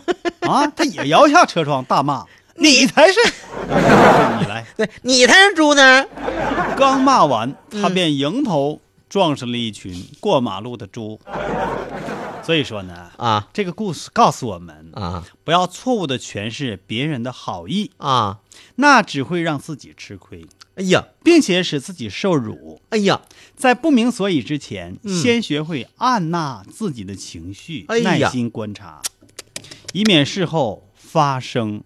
D: 啊！他也摇下车窗大骂：“你才是！”你来，
E: 对你才是猪呢！
D: 刚骂完，他便迎头撞上了一群过马路的猪。所以说呢，
E: 啊
D: 这个故事告诉我们，
E: 啊
D: 不要错误的诠释别人的好意，
E: 啊！
D: 那只会让自己吃亏，
E: 哎呀
D: 并且使自己受辱。
E: 哎呀，
D: 在不明所以之前，
E: 嗯
D: 先学会按捺自己的情绪，
E: 哎呀
D: 耐心观察，以免事后发生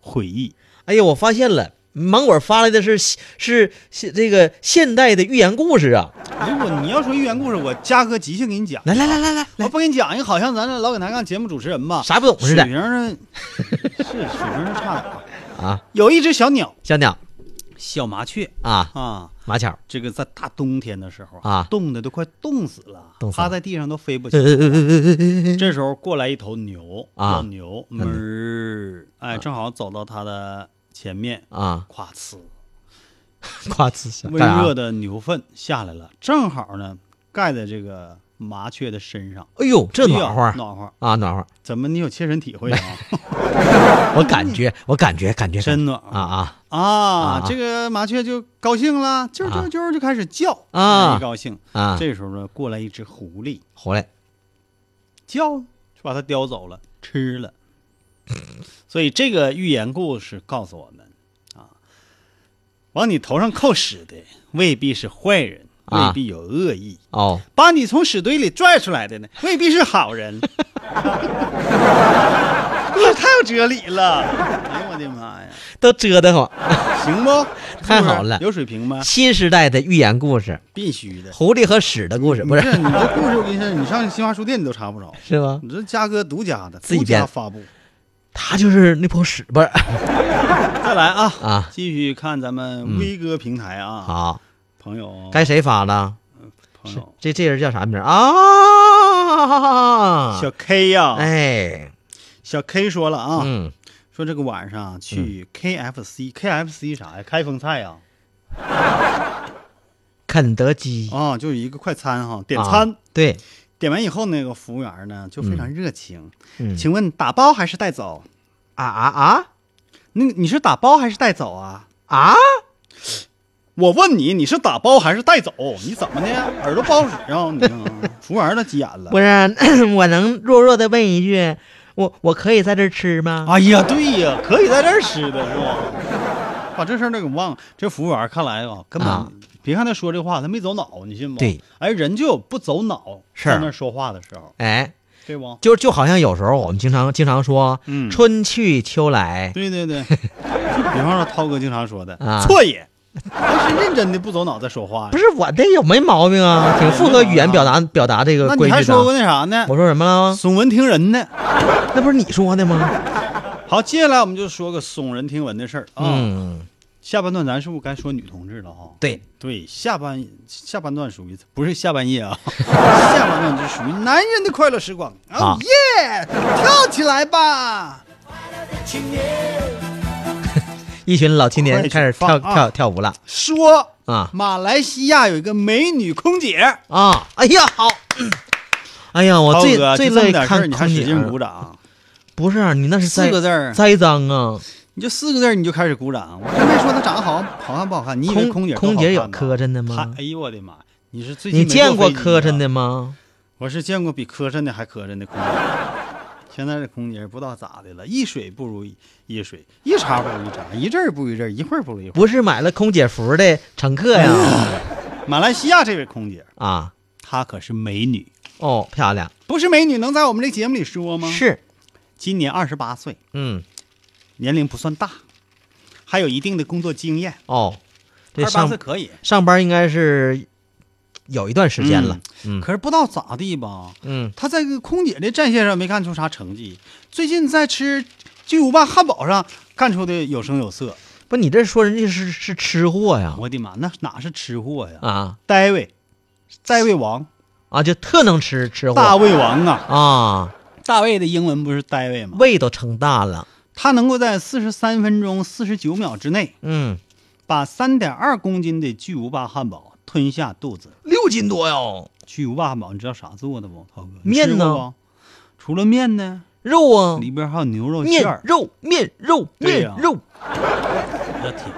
D: 悔意。
E: 哎呀，我发现了，芒果发来的是是是这个现代的寓言故事啊！
D: 如果你要说寓言故事，我嘉哥即兴给你讲。
E: 来来来来来
D: 我
E: 来，
D: 不给你讲一个，好像咱这老给抬杠节目主持人吧，
E: 啥不懂似
D: 水
E: 的
D: 平儿呢 是水平是差点儿
E: 啊！
D: 有一只小鸟，
E: 小鸟
D: 小麻雀
E: 啊，
D: 啊，
E: 马巧，
D: 这个在大冬天的时候
E: 啊
D: 冻得都快冻死了，
E: 冻死
D: 趴
E: 了
D: 在地上都飞不起
E: 呃
D: 来。
E: 呃呃呃呃
D: 这时候过来一头牛，
E: 啊
D: 老牛门儿，哎，正好走到它的前面，
E: 呃啊，
D: 咵呲，
E: 夸自小
D: 温
E: 干
D: 热
E: 啥？
D: 的牛粪下来了，正好呢盖在这个麻雀的身上，
E: 哎呦，这
D: 哎呀
E: 暖和啊
D: 暖和。
E: 啊，暖和！
D: 怎么你有切身体会啊？
E: 我感觉，我感觉，感觉
D: 嗯真暖
E: 啊啊！
D: 啊
E: 啊，
D: 这个麻雀就高兴了，啾啾啾就开始叫
E: 啊
D: 一高兴
E: 啊
D: 这时候呢，过来一只狐狸，
E: 回来
D: 叫就把它叼走了，吃 了。所以这个寓言故事告诉我们啊，往你头上扣屎的未必是坏人，
E: 啊
D: 未必有恶意；
E: 哦，
D: 把你从屎堆里拽出来 的呢，未必是好人。这太有哲理了！哎呦我的妈呀，
E: 都折腾好。
D: 行不？
E: 太
D: 是不是
E: 好了
D: 有水平吗？
E: 新时代的寓言故事，
D: 必须的。
E: 狐狸和屎的故事，不
D: 不
E: 是
D: 是你这故事，我跟你说，你上新华书店你都查不着，
E: 是吗？
D: 你这嘉哥独家的，
E: 自己
D: 独家
E: 编
D: 发布。
E: 他就是那坨屎，不是
D: 再来啊
E: 啊
D: 继续看咱们
E: 嗯
D: 威哥平台啊，
E: 好，
D: 朋友，
E: 该谁发了？
D: 朋友
E: 这这人叫啥名儿啊？
D: 小 K 呀，
E: 哎，
D: 小 K 说了啊，
E: 嗯，
D: 说这个晚上啊去 KFC，KFC 啥呀？开封菜啊呀，
E: 肯德基
D: 啊，就是一个快餐哈，点餐
E: 嗯啊，对，
D: 点完以后，那个服务员呢就非常热情，
E: 嗯
D: 请问打包还是带走？
E: 啊啊啊
D: 那个你是打包还是带走啊？
E: 啊！
D: 我问你，你是打包还是带走？你怎么的？耳朵不好使啊？你啊服务员都急眼了
E: 不。是， 我能弱弱的问一句，我我可以在这儿吃吗？
D: 哎呀，对呀，可以在这儿吃的是吧？ 把这事儿都给忘了。这服务员看来啊，根本、
E: 啊
D: 别看他说这话，他没走脑，你信不？
E: 对，
D: 哎，人就有不走脑，
E: 是
D: 在那说话的时候，
E: 哎，
D: 对不？
E: 就就好像有时候我们经常经常说，
D: 嗯
E: 春去秋来，
D: 对对 对，就比方说涛哥经常说的，
E: 啊
D: 错也，他是认真的不走脑在说话呀。
E: 不是我这有没毛病啊？挺符合语言表达表达这个
D: 那
E: 规
D: 你还
E: 矩
D: 说过
E: 的。
D: 那啥呢？
E: 我说什么了？
D: 耸文听人呢？
E: 那不是你说的吗？
D: 好，接下来我们就说个耸人听闻的事儿啊。
E: 嗯，
D: 下半段咱是不是该说女同志了啊哈？
E: 对，
D: 对，下半下半段属于不是下半夜啊， 下半段就属于男人的快乐时光哦
E: 啊
D: 耶，跳起来吧！
E: 一群老青年开始跳
D: 快去放啊
E: 跳跳舞了
D: 说
E: 啊
D: 马来西亚有一个美女空姐，
E: 啊！哎呀，好，嗯哎呀，我
D: 涛
E: 最
D: 哥啊
E: 最
D: 就这么
E: 乐意
D: 点事儿
E: 看
D: 你还
E: 空
D: 使
E: 姐
D: 劲鼓
E: 儿。
D: 掌，啊
E: 不是你那是
D: 四
E: 栽
D: 个字儿
E: 栽赃啊！
D: 你就四个字儿你就开始鼓掌，啊我真没说她长得好好看不好看，你以为
E: 空
D: 空姐
E: 空姐有磕
D: 磕
E: 碜的吗
D: 哎呦我的妈！你是最近
E: 你见过
D: 没坐飞机啊
E: 磕碜的？吗？
D: 我是见过比磕碜的还磕碜的空姐。 现在这空姐不知道咋的了，一水不如一一水，一茬不如一茬，一阵儿不如一阵儿，一会儿不如一会儿。
E: 不是买了空姐服的乘客
D: 嗯
E: 呀？
D: 马来西亚这位空姐，
E: 啊，
D: 她可是美女，
E: 哦，漂亮，
D: 不是美女能在我们这节目里说吗？
E: 是，
D: 今年二十八岁，
E: 嗯，
D: 年龄不算大，还有一定的工作经验，
E: 哦，这
D: 二十八
E: 上
D: 岁可以。
E: 上班应该是有一段时间了，嗯
D: 可是不知道咋地吧，
E: 嗯，
D: 她在这个空姐的战线上没干出啥成绩，最近在吃巨无霸汉堡上干出的有声有色。
E: 不，你这说人家是是吃货呀？
D: 我的妈，那哪是吃货呀？
E: 啊
D: 大卫，大卫王，
E: 啊，就特能吃吃
D: 大
E: 货
D: 胃王啊！
E: 啊，
D: 大卫的英文不是大卫吗？
E: 胃都撑大了，
D: 他能够在四十三分钟四十九秒之内，
E: 嗯，
D: 把三点二公斤的巨无霸汉堡吞下肚子。
E: 六斤多哟，
D: 巨无霸汉堡你知道啥做的不，涛哥？你
E: 面
D: 吃过
E: 呢
D: 不？除了面呢，
E: 肉啊，
D: 里边还有牛肉馅
E: 面
D: 儿。
E: 肉面肉
D: 对
E: 面
D: 呀
E: 肉，
D: 我的天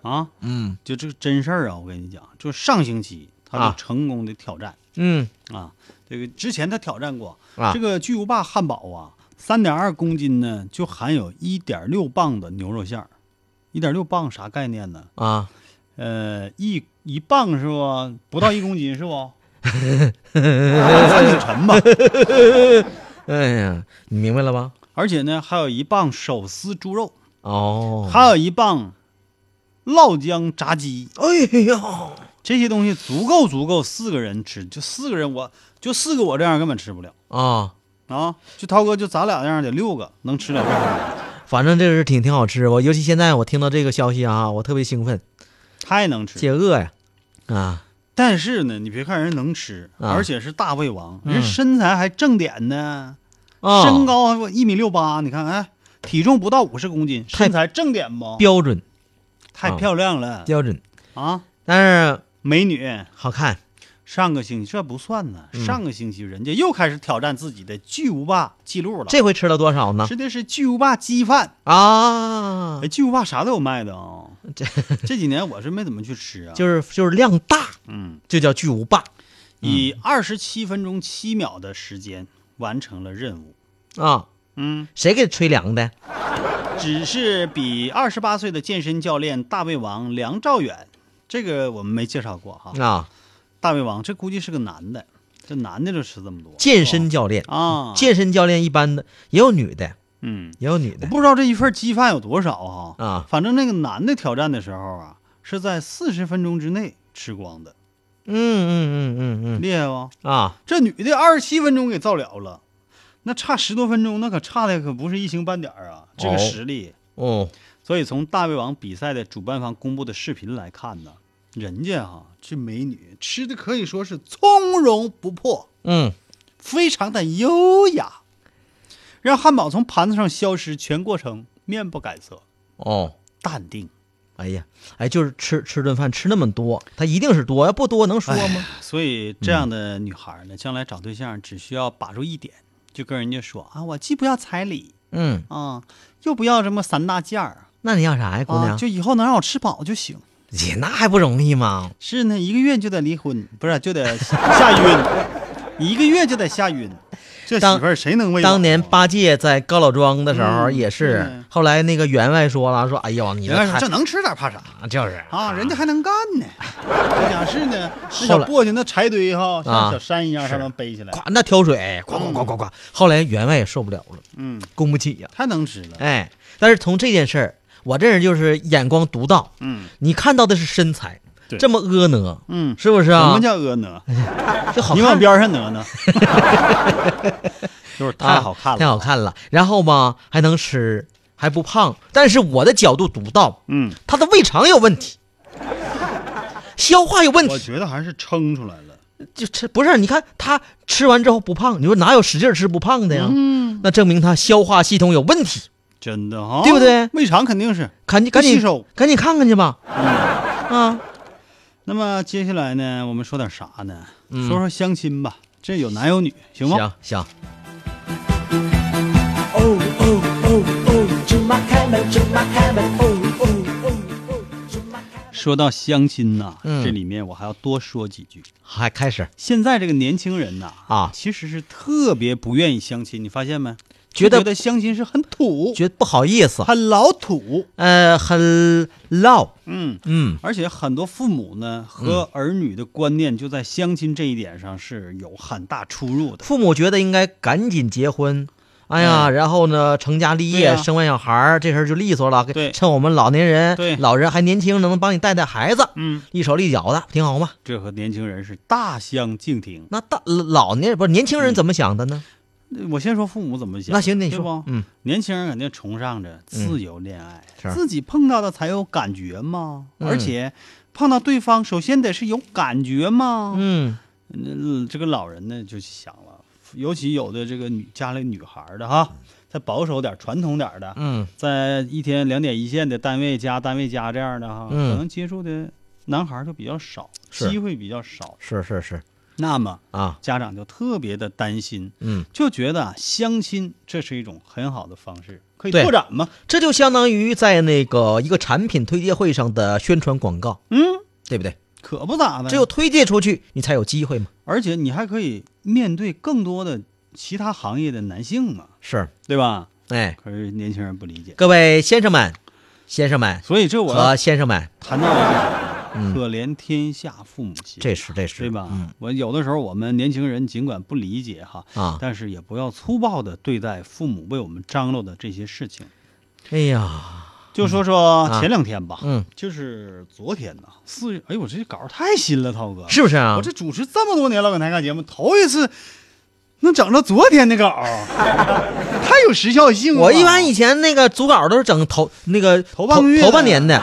D: 哪啊！
E: 嗯
D: 就这个真事儿啊，我跟你讲，就上星期他
E: 啊
D: 就成功的挑战
E: 嗯
D: 啊，这个之前他挑战过，
E: 啊
D: 这个巨无霸汉堡啊，三点二公斤呢，就含有一点六磅的牛肉馅儿。一点六磅啥概念呢？
E: 啊，
D: 呃，一一磅是不？不到一公斤是不？算挺沉吧。
E: 哎呀，你明白了吧？
D: 而且呢，还有一磅手撕猪肉，
E: 哦，
D: 还有一磅辣姜炸鸡，
E: 哎呀，
D: 这些东西足够足够四个人吃，就四个人我就四个我这样根本吃不了
E: 啊，
D: 啊！就涛哥就咱俩这样得六个能吃了这样，
E: 反正这个是挺挺好吃。我尤其现在我听到这个消息啊，我特别兴奋，
D: 太能吃。
E: 解饿呀，啊，
D: 但是呢，你别看人能吃，
E: 啊
D: 而且是大胃王，
E: 嗯
D: 人身材还正点呢，
E: 啊
D: 身高还一米六八，你看哎，体重不到五十公斤，
E: 太哦
D: 身材正点不？
E: 标准
D: 太漂亮了
E: 标准，
D: 啊！
E: 但是
D: 美女，
E: 好看，
D: 上个星期这不算呢，
E: 嗯
D: 上个星期人家又开始挑战自己的巨无霸记录了。
E: 这回吃了多少呢？
D: 吃的是巨无霸鸡饭，
E: 啊
D: 哎，，巨无霸啥都有卖 的啊、这这几年我是没怎么去吃啊，
E: 就是就是量大，
D: 嗯，
E: 就叫巨无霸
D: 以二十七分钟七秒的时间完成了任务。
E: 啊。
D: 嗯，
E: 谁给吹凉的？
D: 只是比二十八岁的健身教练大胃王梁兆远，这个我们没介绍过哈。
E: 啊，
D: 大胃王这估计是个男的，这男的就吃这么多。
E: 健身教练，
D: 啊，
E: 健身教练一般的也有女的，
D: 嗯，
E: 也有女
D: 我
E: 的
D: 不知道这一份鸡饭有多少哈、
E: 啊。
D: 反正那个男的挑战的时候啊，是在四十分钟之内吃光的，
E: 嗯嗯嗯嗯
D: 厉害不？
E: 嗯啊，
D: 这女的二十七分钟给造了了，那差十多分钟，那可差的可不是一星半点儿啊，这个
E: 哦
D: 实力。
E: 哦，
D: 所以从大胃王比赛的主办方公布的视频来看呢，人家啊这美女吃的可以说是从容不迫，
E: 嗯，
D: 非常的优雅，让汉堡从盘子上消失，全过程面不改色，
E: 哦，
D: 淡定。
E: 哎呀，哎，就是吃吃顿饭吃那么多，他一定是多，要不多能
D: 哎
E: 说吗？
D: 所以这样的女孩呢，将来找对象只需要把住一点，就跟人家说啊，我既不要彩礼
E: 嗯，
D: 啊、又不要什么三大件儿
E: 那你要啥呀，姑
D: 啊，
E: 娘？
D: 就以后能让我吃饱就行。
E: 姐，那还不容易吗？
D: 是呢，一个月就得离婚，不是就得 吓晕，一个月就得吓晕。这
E: 当
D: 媳妇儿谁能喂饱啊？
E: 当年八戒在高老庄的时候
D: 嗯
E: 也是
D: 嗯，
E: 后来那个员外说了，说哎呦，你
D: 人家
E: 这
D: 说
E: 太
D: 这能吃点怕啥
E: 啊就是
D: 啊？人家还能干呢。这俩是呢，
E: 后
D: 那小
E: 来
D: 簸箕那柴堆哈，
E: 啊
D: 像小山一样，还
E: 是
D: 能背起来。
E: 咵那挑水，咵咵咵咵咵，后来员外也受不了了，
D: 嗯，
E: 供不起呀、
D: 太能吃了。
E: 哎，但是从这件事儿，我这人就是眼光独到，
D: 嗯
E: 你看到的是身材，
D: 对
E: 这么婀娜，
D: 嗯，
E: 是不是
D: 什
E: 啊
D: 么？叫婀娜？
E: 就好
D: 你
E: 看
D: 往，边上 挪挪，就是太好看了，
E: 啊太好看了。然后吧，还能吃，还不胖。但是我的角度独到，
D: 嗯，
E: 他的胃肠有问题，消化有问
D: 啊我
E: 题，
D: 觉得还是撑出来了。
E: 就吃不是？你看他吃完之后不胖，你说哪有使劲吃不胖的呀？嗯，那证明他消化系统有问题，
D: 真的哈、
E: 对不对
D: 胃肠肯定是。
E: 赶紧赶紧
D: 吸收，
E: 赶紧看看去吧。啊，
D: 那么接下来呢，我们说点啥呢？
E: 嗯
D: 说说相亲吧，这有男有女，行吗？
E: 行行，
I: 哦哦哦哦，芝麻开门，芝麻开门，哦哦哦哦，芝麻开门。
D: 说到相亲呐、
E: 嗯
D: 这里面我还要多说几句。
E: 还开始
D: 现在这个年轻人呐、
E: 啊
D: 其实是特别不愿意相亲，你发现没？
E: 觉
D: 就
E: 得
D: 觉得相亲是很土，
E: 觉得不好意思，
D: 很老土。
E: 呃，很唠，
D: 嗯，
E: 嗯
D: 而且很多父母呢和儿女的观念就在相亲这一点上是有很大出入的。
E: 父母觉得应该赶紧结婚，哎呀，然后呢，成家立业，
D: 对呀
E: 生完小孩儿，这事儿就利索了。
D: 对
E: 趁我们老年人，
D: 对
E: 老人还年轻，能帮你带带孩子，
D: 嗯，
E: 一手一脚的，挺好嘛。
D: 这和年轻人是大相径庭。
E: 那大老年不是年轻人怎么想的呢？
D: 我先说父母怎么想，
E: 那行，
D: 嗯对
E: 你
D: 不
E: 说，？嗯，
D: 年轻人肯定崇尚着自由恋爱，
E: 是
D: 自己碰到的才有感觉嘛，
E: 嗯
D: 而且碰到对方首先得是有感觉嘛。
E: 嗯
D: 嗯，这个老人呢就想了，尤其有的这个女家里女孩儿的哈，再保守点儿、传统点儿的，
E: 嗯
D: 在一天两点一线的单位加单位加这样的哈，
E: 嗯
D: 可能接触的男孩就比较少，
E: 是
D: 机会比较少。
E: 是是是
D: 那么
E: 啊，
D: 家长就特别的担心，
E: 嗯，
D: 就觉得啊，相亲这是一种很好的方式，可以
E: 对
D: 拓展嘛。
E: 这就相当于在那个一个产品推介会上的宣传广告，
D: 嗯，
E: 对不对？
D: 可不咋的。
E: 只有推介出去，你才有机会嘛。
D: 而且你还可以面对更多的其他行业的男性嘛，
E: 是，
D: 对吧？
E: 哎，
D: 可是年轻人不理解，
E: 各位先生们、先生们
D: 所以这我
E: 和
D: 要
E: 先生们，
D: 谈到一个，
E: 嗯，
D: 可怜天下父母心，
E: 这是这是
D: 对吧？
E: 嗯
D: 我有的时候我们年轻人尽管不理解哈，
E: 啊，
D: 但是也不要粗暴的对待父母为我们张罗的这些事情。
E: 哎呀，
D: 就说说
E: 啊
D: 前两天吧，
E: 嗯，
D: 就是昨天呐，四月，哎呦，我这稿儿太新了，涛 哥，
E: 是不是啊
D: 我？这主持这么多年老梗台看节目，头一次能整到昨天的稿儿，太有时效性了。
E: 我一般以前那个组稿都是整头那个
D: 啊头半个月
E: 头半年的，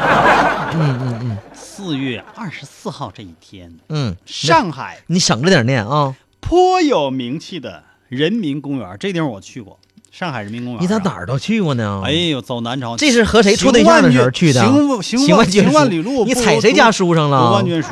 D: 四月二十四号这一天，
E: 嗯，
D: 上海
E: 你省着点念啊。
D: 颇有名气的人民公园，这地方我去过，上海人民公园、啊
E: 你咋哪？儿都去过呢？
D: 哎，呦，走南朝，
E: 这是和谁处对象的时候去的？啊
D: 行万卷行
E: 行卷
D: 万行万里
E: 书
D: 路，
E: 你踩谁家书上
D: 读
E: 了啊
D: 万？卷书，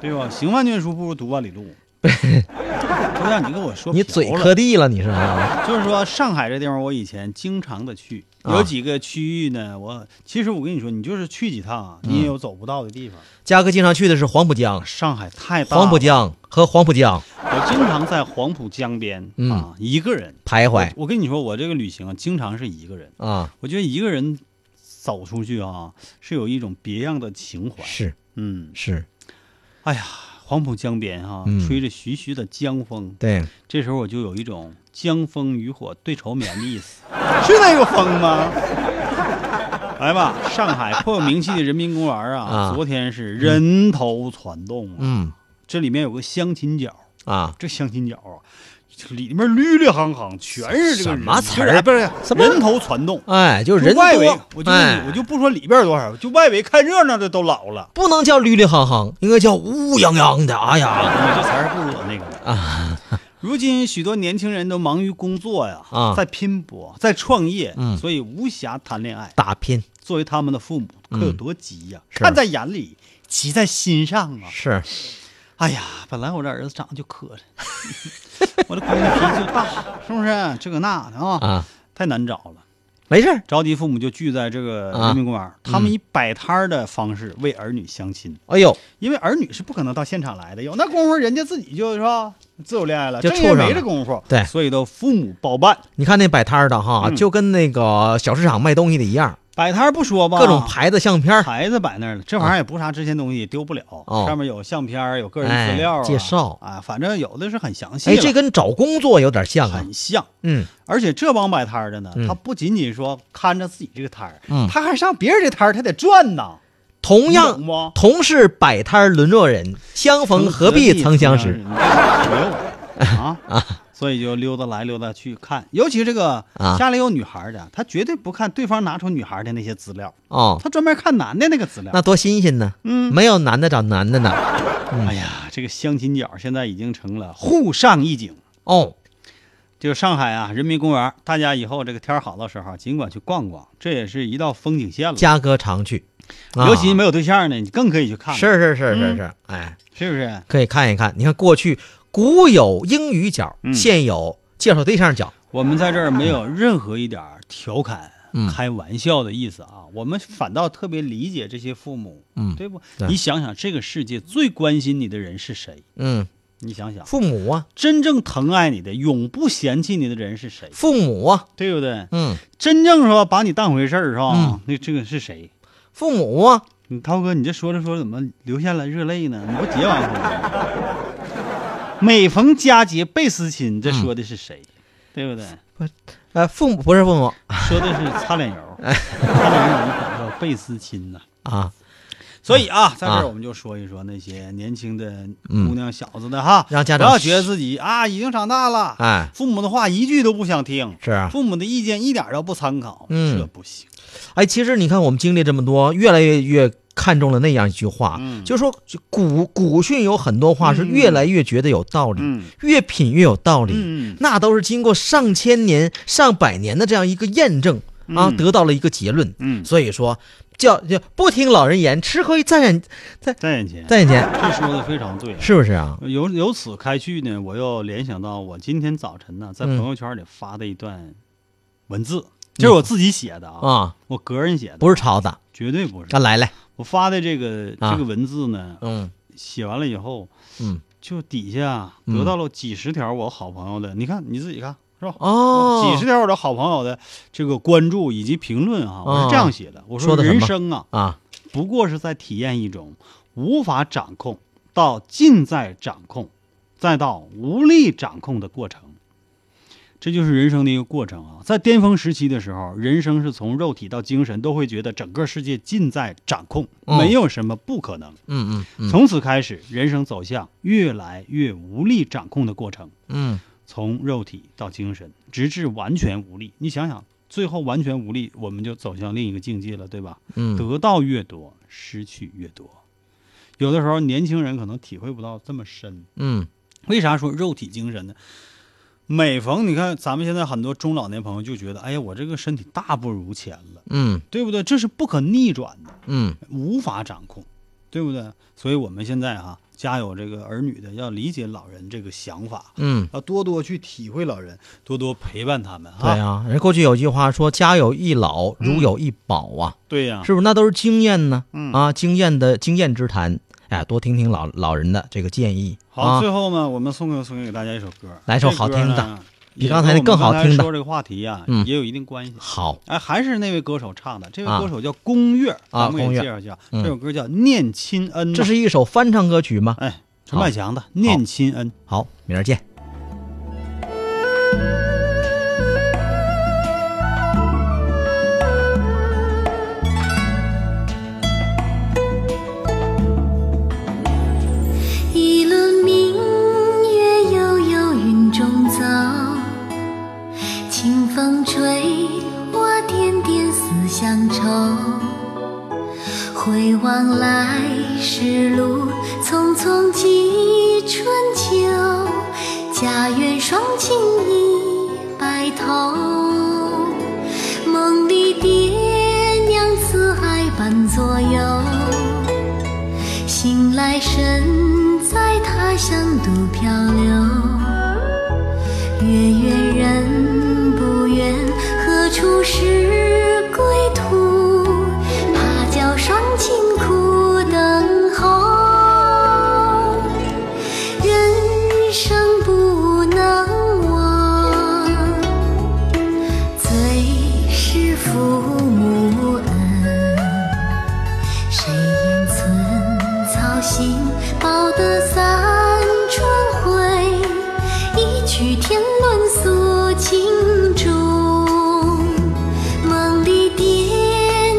D: 对吧？行万卷书不如读万里 路。不让你跟我说
E: 你
D: 瓢
E: 嘴
D: 了
E: 磕地了，你是 啥？
D: 就是说，上海这地方我以前经常的去，
E: 啊
D: 有几个区域呢。我其实我跟你说，你就是去几趟啊，你也有走不到的地方。
E: 嘉哥经常去的是黄浦江，
D: 上海太大了，
E: 黄浦江和黄浦江
D: 我经常在黄浦江边、
E: 嗯
D: 啊，一个人
E: 徘徊
D: 我。我跟你说，我这个旅行啊，经常是一个人。
E: 啊，
D: 我觉得一个人走出去啊，是有一种别样的情怀。
E: 是
D: 嗯，
E: 是，
D: 哎呀，黄浦江边哈、
E: 嗯
D: 吹着徐徐的江风，
E: 对，
D: 这时候我就有一种江枫渔火对愁眠的意 思，是那个风吗？ 来吧，上海颇有名气的人民公园啊，
E: 啊
D: 昨天是人头攒动啊，
E: 嗯
D: 这里面有个相亲角，
E: 啊，
D: 这相亲角啊，这里面绿绿行行，全是这个
E: 什
D: 人
E: 么词儿啊
D: 哎不是
E: 什么
D: 人头攒动，
E: 哎，就人
D: 就外围
E: 多，，
D: 我就问你我
E: 哎，
D: 就不说里边有多少，就外围看热闹的都老了。
E: 不能叫绿绿行行，应该叫乌乌泱泱的。哎呀，
D: 你这词儿不如我那个啊。如今许多年轻人都忙于工作呀，
E: 啊
D: 在拼搏，在创业，
E: 嗯
D: 所以无暇谈恋爱。
E: 打拼
D: 作为他们的父母，可有多急呀、
E: 嗯是
D: 看在眼里，急在心上啊！
E: 是
D: 哎呀，本来我这儿子长得就磕碜， 我这姑娘脾气就大，是不是？这个那的啊，
E: 啊，
D: 太难找了。
E: 没事儿，
D: 着急，父母就聚在这个
E: 啊
D: 人民公园，他们以摆摊儿的方式为儿女相亲。
E: 哎呦，
D: 因为儿女是不可能到现场来的，有那功夫人家自己就是说自由恋爱了，
E: 就
D: 正也
E: 处上
D: 没
E: 了
D: 这功夫，
E: 对
D: 所以都父母包办，
E: 你看那摆摊儿的哈，
D: 嗯
E: 就跟那个小市场卖东西的一样，
D: 摆摊儿不说吧，
E: 各种牌子、相片儿，
D: 牌子摆那儿了，这玩意儿也不是啥值钱东西，丢不了，
E: 哦
D: 上面有相片儿，有个人资料啊、
E: 哎介绍
D: 啊，反正有的是很详细
E: 哎，
D: 了，
E: 这跟找工作有点像啊
D: 很。像。
E: 嗯，
D: 而且这帮摆摊儿的呢，
E: 嗯
D: 他不仅仅说看着自己这个摊儿，
E: 嗯
D: 他还上别人这摊儿，他得赚呐。
E: 同
D: 你
E: 样
D: 懂不
E: 同是摆摊儿沦落人，相逢何必曾相识？
D: 你这没有 啊所以就溜达来溜达去看，尤其这个
E: 啊
D: 家里有女孩的，他绝对不看对方拿出女孩的那些资料，
E: 哦，
D: 他专门看男的那个资料
E: 那。多新鲜呢！
D: 嗯
E: 没有男的找男的呢。
D: 哎呀，这个相亲角现在已经成了沪上一景。
E: 哦，
D: 嗯就上海啊，人民公园，大家以后这个天儿好的时候，尽管去逛逛，这也是一道风景线了。
E: 嘉哥常去，啊
D: 尤其没有对象呢，你更可以去看看，
E: 是是是是是，
D: 嗯
E: 哎，
D: 是不是？
E: 可以看一看。你看过去古有英语角，
D: 嗯
E: 现有介绍对象角。
D: 我们在这儿没有任何一点儿调侃、
E: 嗯
D: 开玩笑的意思啊，我们反倒特别理解这些父母，
E: 嗯
D: 对不？
E: 对
D: 你想想，这个世界最关心你的人是谁？
E: 嗯，
D: 你想想，
E: 父母啊，
D: 真正疼爱你的、永不嫌弃你的人是谁？
E: 父母啊，
D: 对不对？
E: 嗯，
D: 真正说把你当回事儿是吧？
E: 嗯
D: 那这个是谁？
E: 父母啊，
D: 你涛哥，你这说着说着怎么流下了热泪呢？你不结完婚吗？ 每逢佳节倍思亲，这说的是谁？
E: 嗯
D: 对不对？
E: 呃，父母不是父母
D: 说的是擦脸油，擦脸油有一款叫贝斯亲呐、
E: 啊，
D: 所以啊，在这儿
E: 啊
D: 我们就说一说那些年轻的姑娘小子的哈，
E: 嗯让家
D: 不
E: 长
D: 要觉得自己啊已经长大了，
E: 哎，
D: 父母的话一句都不想听，
E: 是啊。
D: 父母的意见一点都不参考，
E: 嗯
D: 这不行。
E: 哎，其实你看，我们经历这么多，越来越越看重了那样一句话，
D: 嗯
E: 就说就古古训有很多话是越来越觉得有道理，
D: 嗯
E: 越品越有道理，
D: 嗯
E: 那都是经过上千年、上百年的这样一个验证啊，
D: 嗯
E: 得到了一个结论。
D: 嗯，
E: 所以说，叫叫不听老人言，吃亏在眼
D: 在眼前，
E: 在眼前，
D: 这说的非常对啊。
E: 是不是啊？
D: 由由此开去呢，我又联想到我今天早晨呢在
E: 嗯
D: 朋友圈里发的一段文字，这是我自己写的啊，
E: 啊，
D: 我个人写的，
E: 不是抄的，
J: 啊
D: 绝对不是。
E: 咱来来，
D: 我发的这个、
E: 啊
D: 这个文字呢，
E: 嗯
D: 写完了以后，
E: 嗯，
D: 就底下
E: 嗯
D: 得到了几十条我好朋友的，你看你自己看是吧？
E: 哦，
D: 几十条我的好朋友的这个关注以及评论啊，我是这样写的，我
E: 说的什
D: 人
E: 么
D: 生啊，
E: 啊，
D: 不过是在体验一种无法掌控到尽在掌控，再到无力掌控的过程。这就是人生的一个过程啊。在巅峰时期的时候，人生是从肉体到精神都会觉得整个世界尽在掌控，
J: 嗯
D: 没有什么不可能。
J: 嗯嗯嗯
D: 从此开始，人生走向越来越无力掌控的过程，
J: 嗯，
D: 从肉体到精神，直至完全无力。你想想，最后完全无力，我们就走向另一个境界了，对吧？
J: 嗯
D: 得到越多，失去越多。有的时候，年轻人可能体会不到这么深。
J: 嗯
D: 为啥说肉体精神呢？每逢你看，咱们现在很多中老年朋友就觉得，哎呀，我这个身体大不如前了，
J: 嗯
D: 对不对？这是不可逆转的。
J: 嗯
D: 无法掌控，对不对？所以我们现在哈、家有这个儿女的要理解老人这个想法，
J: 嗯，
D: 要多多去体会老人，多多陪伴他们
J: 对
D: 哈。
J: 呀、人过去有句话说“家有一老，如有一宝”啊，
D: 对呀、
J: 是不是？那都是经验呢，
D: 嗯
J: 啊，经验的经验之谈。哎，多听听老老人的这个建议
D: 好，
J: 啊
D: 最。后呢，我们送给送给大家一首歌，
J: 来首好听的
D: 这歌呢，
J: 比刚才那
D: 也跟我们
J: 更好听的
D: 刚才说这个话题呀、
J: 嗯
D: 也有一定关系。
J: 好，
D: 哎，还是那位歌手唱的，这位
J: 啊
D: 歌手叫龚越，
J: 啊
D: 咱们
J: 龚
D: 给
J: 越
D: 介绍一下，
J: 嗯
D: 这首歌叫《念亲恩》嘛，
J: 这是一首翻唱歌曲吗？
D: 哎陈百强的《念亲恩》。
J: 好，明儿见。
F: 一轮明月悠悠云中走，清风吹我点点思乡愁。回望来时路，匆匆几春秋。家园双亲一白头，梦里爹娘慈爱伴左右。醒来身在他乡独漂流。月圆人不圆，何处是归途？怕叫双亲苦等候。人生不能忘，最是父母恩。谁言寸草心，报得三春晖？一曲天伦诉情衷。梦里爹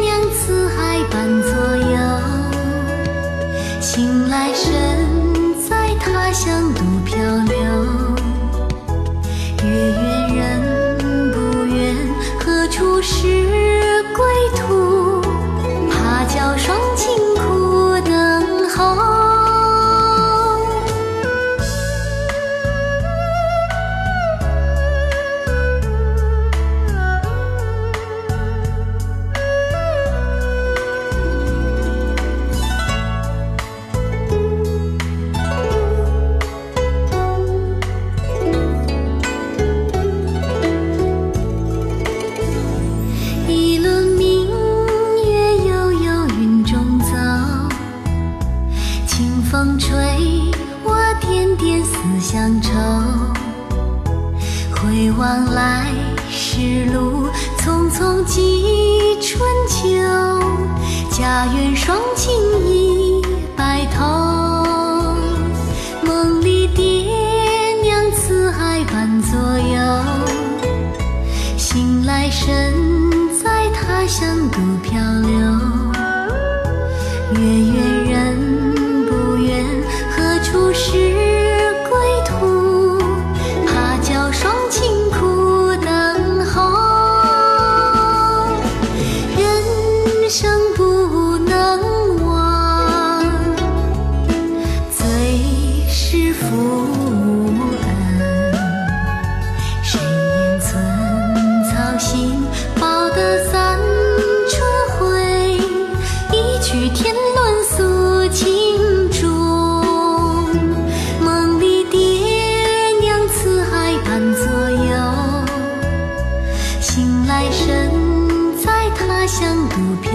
F: 娘慈爱伴左右，醒来身在他乡独漂流。月圆人不圆，何处是归途？怕叫双亲苦等候。一轮明月悠悠云中走，清风吹我点点思乡愁。回望来时路，匆匆几春秋。家园双亲一白头，梦里爹娘慈爱伴左右。醒来身在他乡独漂流。月圆人不圆，何处是归途？怕叫双亲苦等候。人生不能忘，最是父母恩。谁言寸草心，报得三春晖？一曲天伦诉情衷。梦里爹娘慈爱伴左右，醒来身在他乡独漂